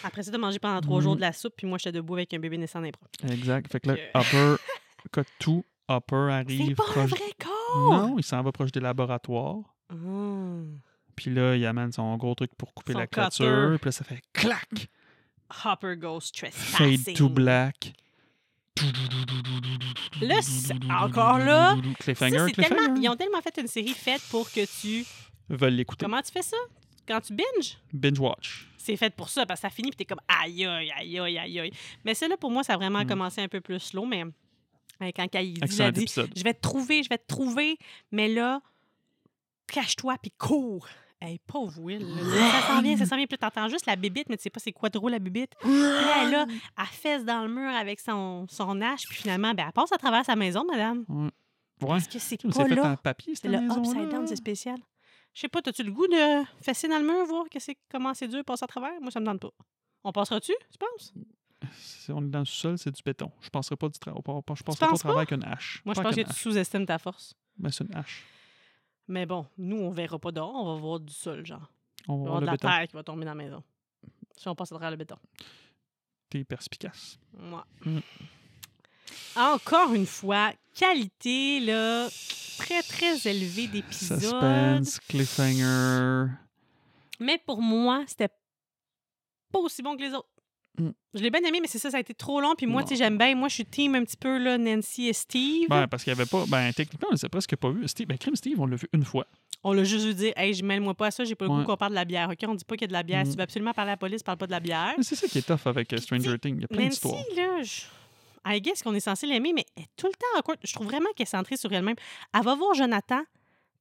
Speaker 3: Après ça, t'as mangé pendant trois jours
Speaker 4: Mm.
Speaker 3: de la soupe, puis moi, j'étais debout avec un bébé naissant dans les bras.
Speaker 4: Exact. Fait que là,
Speaker 3: Fait
Speaker 4: Hopper, cote tout. Hopper
Speaker 3: C'est
Speaker 4: arrive.
Speaker 3: pas un
Speaker 4: proche-
Speaker 3: vrai corps!
Speaker 4: Non, il s'en va proche des laboratoires.
Speaker 3: Non!
Speaker 4: Puis là, il amène son gros truc pour couper
Speaker 3: Son
Speaker 4: la
Speaker 3: cutter. Ben,
Speaker 4: clôture. Puis là, ça fait clac!
Speaker 3: Hopper goes trespassing.
Speaker 4: Fade to black.
Speaker 3: Là, c'est- encore là, Ça,
Speaker 4: Cliffhanger,
Speaker 3: c'est tellement, ils
Speaker 4: cliffhanger.
Speaker 3: ont tellement fait une série faite pour que tu...
Speaker 4: Veulent l'écouter.
Speaker 3: Comment tu fais ça? Quand tu binges?
Speaker 4: Binge watch.
Speaker 3: c'est fait pour ça, parce que ça finit, puis t'es comme aïe, aïe, aïe, aïe, aïe, aïe. Mais celle-là, pour moi, ça a vraiment
Speaker 4: Mm.
Speaker 3: commencé un peu plus slow, mais euh, quand elle dit, elle
Speaker 4: Excellent
Speaker 3: dit,
Speaker 4: épisode.
Speaker 3: je vais te trouver, je vais te trouver, mais là, cache-toi, puis cours. Hey, pauvre Will, là. ça s'en vient, ça s'en vient. Puis là, t'entends juste la bibite, mais tu sais pas c'est quoi drôle la bibite. Puis là, elle, là, elle fesse dans le mur avec son, son hache, puis finalement, ben, elle passe à travers sa maison, madame.
Speaker 4: Ouais.
Speaker 3: Parce que c'est
Speaker 4: On s'est
Speaker 3: pas
Speaker 4: fait en
Speaker 3: là.
Speaker 4: papier, cette
Speaker 3: Le
Speaker 4: maison
Speaker 3: upside down, c'est spécial. Je sais pas, t'as-tu le goût de fesser dans le mur, voir que c'est- comment c'est dur de passer à travers? Moi, ça me tente pas. On passera-tu, tu penses?
Speaker 4: On est dans le sol, c'est du béton. Je penserais pas du travail. Je penserais pas au
Speaker 3: penses
Speaker 4: travail avec une hache.
Speaker 3: Moi, je
Speaker 4: Pas
Speaker 3: pense que
Speaker 4: avec
Speaker 3: tu
Speaker 4: une
Speaker 3: sous-estimes ta force.
Speaker 4: hache. Ben, c'est une hache.
Speaker 3: Mais bon, nous, on verra pas dehors, on va voir du sol, genre.
Speaker 4: On
Speaker 3: On va voir
Speaker 4: va voir
Speaker 3: de
Speaker 4: le
Speaker 3: la
Speaker 4: béton.
Speaker 3: terre qui va tomber dans la maison. Si on passe à travers le béton.
Speaker 4: T'es perspicace.
Speaker 3: Ouais.
Speaker 4: Mm.
Speaker 3: Encore une fois, qualité, là, très, très élevée d'épisodes.
Speaker 4: Suspense, cliffhanger.
Speaker 3: Mais pour moi, c'était pas aussi bon que les autres.
Speaker 4: Mm.
Speaker 3: Je l'ai bien aimé, mais c'est ça, ça a été trop long. Puis moi,
Speaker 4: Non.
Speaker 3: tu sais, j'aime bien. Moi, je suis team un petit peu, là, Nancy et Steve.
Speaker 4: Ben, parce qu'il y avait pas. Ben, techniquement, on ne presque pas vu. Steve, ben, Crime Steve, on l'a vu une fois.
Speaker 3: On l'a juste vu dire, hey, je mêle-moi pas à ça, j'ai pas le
Speaker 4: Ouais.
Speaker 3: goût qu'on parle de la bière, OK? On dit pas qu'il y a de la bière.
Speaker 4: Mm.
Speaker 3: Si tu veux absolument parler à la police, parle pas de la bière.
Speaker 4: Mais c'est ça qui est tough avec euh, Stranger Things. Il y a plein
Speaker 3: Nancy,
Speaker 4: d'histoires.
Speaker 3: là, je... I guess qu'on est censé l'aimer, mais elle est tout le temps awkward. Je trouve vraiment qu'elle est centrée sur elle-même. Elle va voir Jonathan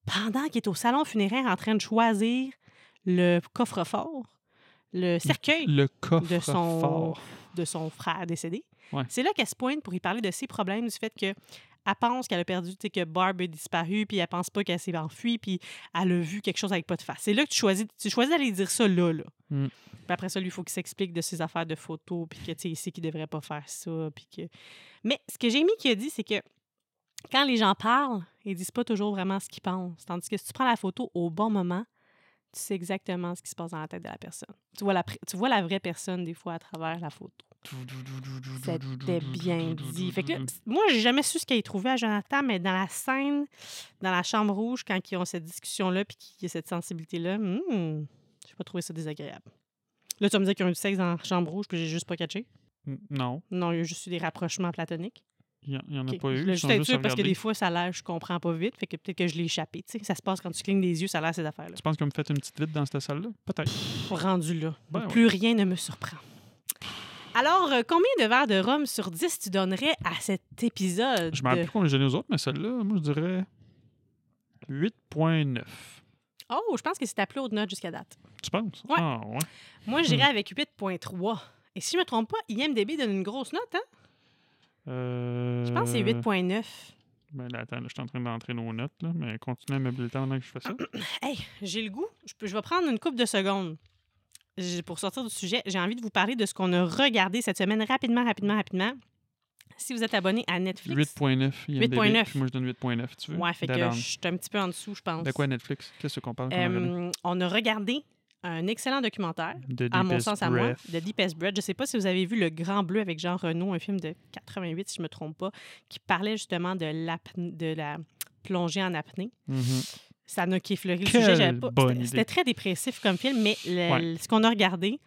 Speaker 3: pendant qu'il est au salon funéraire en train de choisir le coffre-fort, le cercueil.
Speaker 4: Le coffre
Speaker 3: de son-
Speaker 4: fort.
Speaker 3: de son frère décédé.
Speaker 4: Ouais.
Speaker 3: C'est là qu'elle se pointe pour y parler de ses problèmes, du fait que elle pense qu'elle a perdu, tu sais, que Barb est disparue, puis elle pense pas qu'elle s'est enfuie, puis elle a vu quelque chose avec pas de face. C'est là que tu choisis, tu choisis d'aller dire ça là, là.
Speaker 4: Mm.
Speaker 3: Puis après ça, lui, il faut qu'il s'explique de ses affaires de photos, puis que, tu sais, il sait qu'il devrait pas faire ça, puis que... Mais ce que Jamie qui a dit, c'est que quand les gens parlent, ils disent pas toujours vraiment ce qu'ils pensent. Tandis que si tu prends la photo au bon moment, tu sais exactement ce qui se passe dans la tête de la personne. Tu vois la, pr- tu vois la vraie personne, des fois, à travers la photo. C'était bien dit. Fait que là, pss, moi, j'ai jamais su ce qu'elle trouvait à Jonathan, mais dans la scène, dans la chambre rouge, quand ils ont cette discussion-là, puis qu'il y a cette sensibilité-là, hmm, j'ai pas trouvé ça désagréable. Là, tu vas me dire qu'ils ont eu du sexe dans la chambre rouge, puis j'ai juste pas catché.
Speaker 4: Mm, Non.
Speaker 3: Non, il y a juste eu des rapprochements platoniques.
Speaker 4: Il n'y en a
Speaker 3: Ok,
Speaker 4: pas eu.
Speaker 3: je
Speaker 4: ils
Speaker 3: voulais
Speaker 4: sont
Speaker 3: juste être sûr parce que
Speaker 4: regardés.
Speaker 3: des fois, ça a l'air, je comprends pas vite. Fait que peut-être que je l'ai échappé. tu sais. Ça se passe quand tu clignes des yeux, ça a l'air ces affaires-là.
Speaker 4: Tu penses qu'on me fait une petite vite dans cette salle-là? Peut-être.
Speaker 3: Pff, Rendu là.
Speaker 4: Ben ouais.
Speaker 3: Plus rien ne me surprend. Alors, euh, combien de verres de rhum sur 10 tu donnerais à cet épisode?
Speaker 4: Je me rappelle plus combien j'ai donné aux autres, mais celle-là, moi, je dirais 8.9.
Speaker 3: Oh, je pense que c'est ta plus haute note jusqu'à date.
Speaker 4: Tu penses?
Speaker 3: Ouais.
Speaker 4: Ah, ouais.
Speaker 3: Moi, j'irais avec 8.3. Et si je me trompe pas, IMDB donne une grosse note, hein?
Speaker 4: Euh,
Speaker 3: Je pense que c'est 8.9.
Speaker 4: Ben là, attends, là, je suis en train d'entrer nos notes, là, mais continue à meubler le temps pendant que je
Speaker 3: Ah,
Speaker 4: fais ça.
Speaker 3: Hey, j'ai le goût. Je, peux- je vais prendre une coupe de secondes. J'ai- Pour sortir du sujet, j'ai envie de vous parler de ce qu'on a regardé cette semaine rapidement, rapidement, rapidement. Si vous êtes abonné à Netflix.
Speaker 4: 8.9. 8.9.
Speaker 3: 8.9.
Speaker 4: Puis moi, je donne 8.9. Tu veux?
Speaker 3: Ouais, fait
Speaker 4: Dead
Speaker 3: que
Speaker 4: on.
Speaker 3: je suis un petit peu en dessous, je pense.
Speaker 4: De quoi Netflix? Qu'est-ce qu'on parle? qu'on a regardé?
Speaker 3: Euh, on a regardé un excellent documentaire,
Speaker 4: The
Speaker 3: à mon
Speaker 4: Deepest
Speaker 3: sens, à moi,
Speaker 4: Breath.
Speaker 3: de Deepest Breath. Je sais pas si vous avez vu Le Grand Bleu avec Jean Renault, un film de 88, si je me trompe pas, qui parlait justement de, l'apn- de la plongée en apnée.
Speaker 4: Mhm.
Speaker 3: ça n'a qu'effleuré le
Speaker 4: Quelle
Speaker 3: sujet. j'avais pas-
Speaker 4: bonne
Speaker 3: c'était-
Speaker 4: idée.
Speaker 3: C'était très dépressif comme film, mais le-
Speaker 4: Ouais.
Speaker 3: le- ce qu'on a regardé,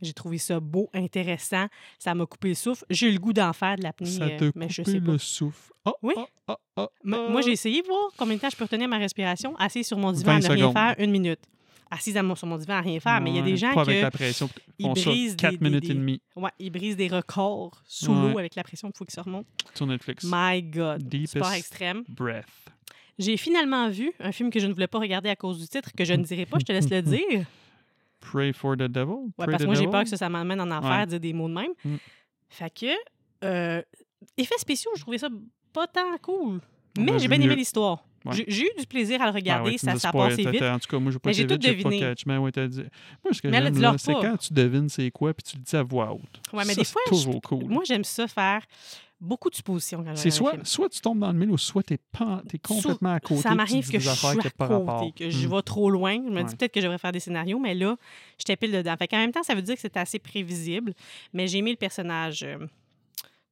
Speaker 3: j'ai trouvé ça beau, intéressant. Ça m'a coupé le souffle. J'ai eu le goût d'en faire de l'apnée,
Speaker 4: Ça
Speaker 3: euh,
Speaker 4: te
Speaker 3: mais
Speaker 4: coupe
Speaker 3: je sais pas.
Speaker 4: le souffle. Ah,
Speaker 3: Oui.
Speaker 4: ah, ah, ah,
Speaker 3: M-
Speaker 4: ah.
Speaker 3: Ben, Moi, j'ai essayé de voir combien de temps je peux retenir ma respiration, assise sur mon divan à
Speaker 4: 20
Speaker 3: ne rien
Speaker 4: secondes.
Speaker 3: faire, une minute. Assise à mon- sur mon divan à rien faire, mais il y a
Speaker 4: Ouais,
Speaker 3: des gens
Speaker 4: pas
Speaker 3: qui
Speaker 4: avec la pression.
Speaker 3: ils
Speaker 4: On saute
Speaker 3: brisent des-
Speaker 4: 4
Speaker 3: des-
Speaker 4: minutes
Speaker 3: des-
Speaker 4: et demie
Speaker 3: ouais, ils brisent des records sous
Speaker 4: Ouais.
Speaker 3: l'eau avec la pression qu'il faut qu'ils se remontent.
Speaker 4: sur Netflix.
Speaker 3: My God,
Speaker 4: Deepest
Speaker 3: sport extrême.
Speaker 4: Breath.
Speaker 3: J'ai finalement vu un film que je ne voulais pas regarder à cause du titre, que je ne dirai pas, je te laisse le dire.
Speaker 4: Pray for the devil.
Speaker 3: Ouais,
Speaker 4: Pray
Speaker 3: parce
Speaker 4: the
Speaker 3: que moi, j'ai
Speaker 4: devil?
Speaker 3: peur que ça, ça m'amène en enfer,
Speaker 4: Ouais.
Speaker 3: dire des mots de même.
Speaker 4: Mm.
Speaker 3: Fait que, euh, effets spéciaux, je trouvais ça pas tant cool.
Speaker 4: On a
Speaker 3: Mais j'ai
Speaker 4: vu
Speaker 3: bien aimé
Speaker 4: mieux.
Speaker 3: l'histoire.
Speaker 4: Ouais.
Speaker 3: J'ai- J'ai eu du plaisir à le
Speaker 4: Ah ouais,
Speaker 3: regarder,
Speaker 4: tu
Speaker 3: ça,
Speaker 4: nous as
Speaker 3: ça a
Speaker 4: spoilé.
Speaker 3: passé
Speaker 4: T'as-
Speaker 3: vite.
Speaker 4: t'as- En tout cas, moi, j'ai pas
Speaker 3: Mais j'ai
Speaker 4: été
Speaker 3: tout
Speaker 4: vite, j'ai pas
Speaker 3: deviné.
Speaker 4: catch. Mais ouais, t'as dit. Moi, ce que
Speaker 3: Mais elle a
Speaker 4: j'aime,
Speaker 3: dit leur
Speaker 4: là, c'est
Speaker 3: pas.
Speaker 4: quand tu devines c'est quoi, puis tu le dis à voix haute.
Speaker 3: Ouais, mais
Speaker 4: Ça,
Speaker 3: des
Speaker 4: c'est
Speaker 3: fois, je-
Speaker 4: toujours cool.
Speaker 3: Moi, j'aime ça faire beaucoup de suppositions quand je
Speaker 4: c'est
Speaker 3: regarde un
Speaker 4: soit, soit tu tombes dans le mille ou soit t'es pan- t'es
Speaker 3: Sou-
Speaker 4: complètement à côté.
Speaker 3: film. Ça
Speaker 4: puis tu
Speaker 3: m'arrive
Speaker 4: dis
Speaker 3: que
Speaker 4: des
Speaker 3: je suis
Speaker 4: affaires
Speaker 3: à
Speaker 4: qui a pas rapport.
Speaker 3: côté, que je
Speaker 4: Mm.
Speaker 3: vais trop loin. Je me dis
Speaker 4: Ouais.
Speaker 3: peut-être que je devrais faire des scénarios, mais là, j'étais pile dedans. Fait qu'en même temps, ça veut dire que c'était assez prévisible. Mais j'ai aimé le personnage euh,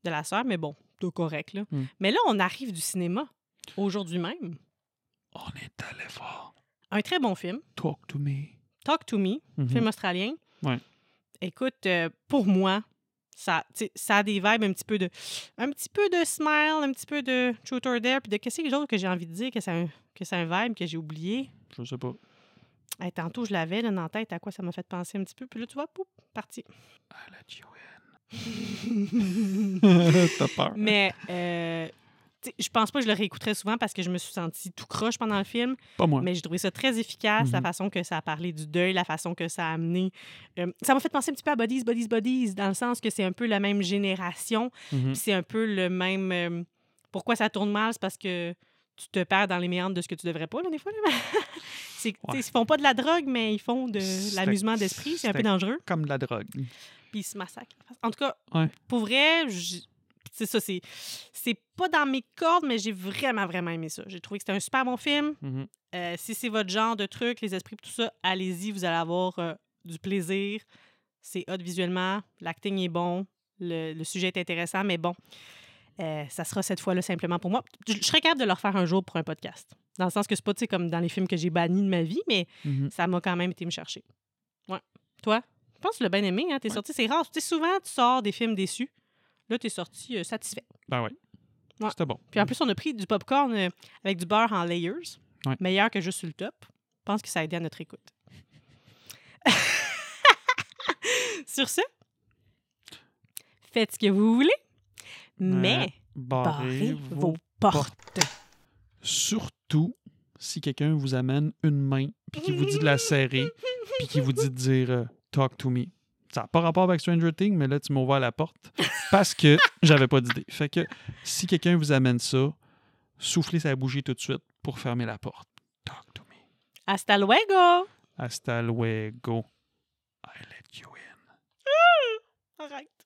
Speaker 3: de la sœur, mais bon, tout correct. Là.
Speaker 4: Mm.
Speaker 3: Mais là, on arrive du cinéma, aujourd'hui même.
Speaker 4: On est allé voir.
Speaker 3: Un très bon film.
Speaker 4: Talk to me.
Speaker 3: Talk to Me,
Speaker 4: Mhm.
Speaker 3: film australien.
Speaker 4: Ouais.
Speaker 3: Écoute, euh, pour moi, ça, tu sais, ça a des vibes un petit peu de un petit peu de smile, un petit peu de truth or dare, puis de qu'est-ce que d'autre que j'ai envie de dire que ça a un- que c'est un vibe que j'ai oublié.
Speaker 4: Je sais pas.
Speaker 3: Hey, tantôt je l'avais là, dans la tête à quoi ça m'a fait penser un petit peu, puis là tu vois, poup, parti.
Speaker 4: Ah, la Joanne. T'as peur.
Speaker 3: Mais euh, tu sais, je pense pas que je le réécouterais souvent parce que je me suis sentie tout croche pendant le film,
Speaker 4: Pas moi.
Speaker 3: mais j'ai trouvé ça très efficace, la
Speaker 4: Mhm.
Speaker 3: façon que ça a parlé du deuil, la façon que ça a amené. euh, ça m'a fait penser un petit peu à Bodies, Bodies, Bodies, dans le sens que c'est un peu la même génération,
Speaker 4: Mhm.
Speaker 3: puis c'est un peu le même. euh, pourquoi ça tourne mal, c'est parce que tu te perds dans les méandres de ce que tu devrais pas, là, des fois. là. c'est, tu sais,
Speaker 4: Ouais.
Speaker 3: Ils font pas de la drogue, mais ils font de
Speaker 4: C'est-
Speaker 3: l'amusement d'esprit, c'est un peu
Speaker 4: c'est-
Speaker 3: dangereux.
Speaker 4: Comme de la drogue.
Speaker 3: puis ils se massacrent. En tout cas,
Speaker 4: Ouais.
Speaker 3: pour vrai, j- c'est ça, c'est, c'est pas dans mes cordes, mais j'ai vraiment, vraiment aimé ça. J'ai trouvé que c'était un super bon film.
Speaker 4: Mhm.
Speaker 3: Euh, si c'est votre genre de truc, les esprits, tout ça, allez-y, vous allez avoir euh, du plaisir. C'est hot visuellement, l'acting est bon, le, le sujet est intéressant, mais bon, euh, ça sera cette fois-là simplement pour moi. Je, je serais capable de le refaire un jour pour un podcast. Dans le sens que c'est pas, tu sais, comme dans les films que j'ai bannis de ma vie, mais
Speaker 4: Mhm.
Speaker 3: ça m'a quand même été me chercher. Ouais. Toi, je pense que tu l'as bien aimé, hein? T'es sorti, c'est rare. Tu sais, souvent, tu sors des films déçus. Là, t'es sorti euh, satisfait.
Speaker 4: Ben ouais.
Speaker 3: Ouais.
Speaker 4: C'était bon.
Speaker 3: Puis en plus, on a pris du popcorn euh, avec du beurre en layers.
Speaker 4: Ouais.
Speaker 3: Meilleur que juste sur le top. Je pense que ça a aidé à notre écoute. sur ce, faites ce que vous voulez, mais barrez vos portes.
Speaker 4: Surtout si quelqu'un vous amène une main, puis qui vous dit de la serrer, puis qui vous dit de dire euh, Talk to me. Ça n'a pas rapport avec Stranger Things, mais là, tu m'as ouvert la porte parce que j'avais pas d'idée. Fait que si quelqu'un vous amène ça, soufflez sa bougie tout de suite pour fermer la porte. Talk to me.
Speaker 3: Hasta luego!
Speaker 4: Hasta luego. I let you in.
Speaker 3: Arrête.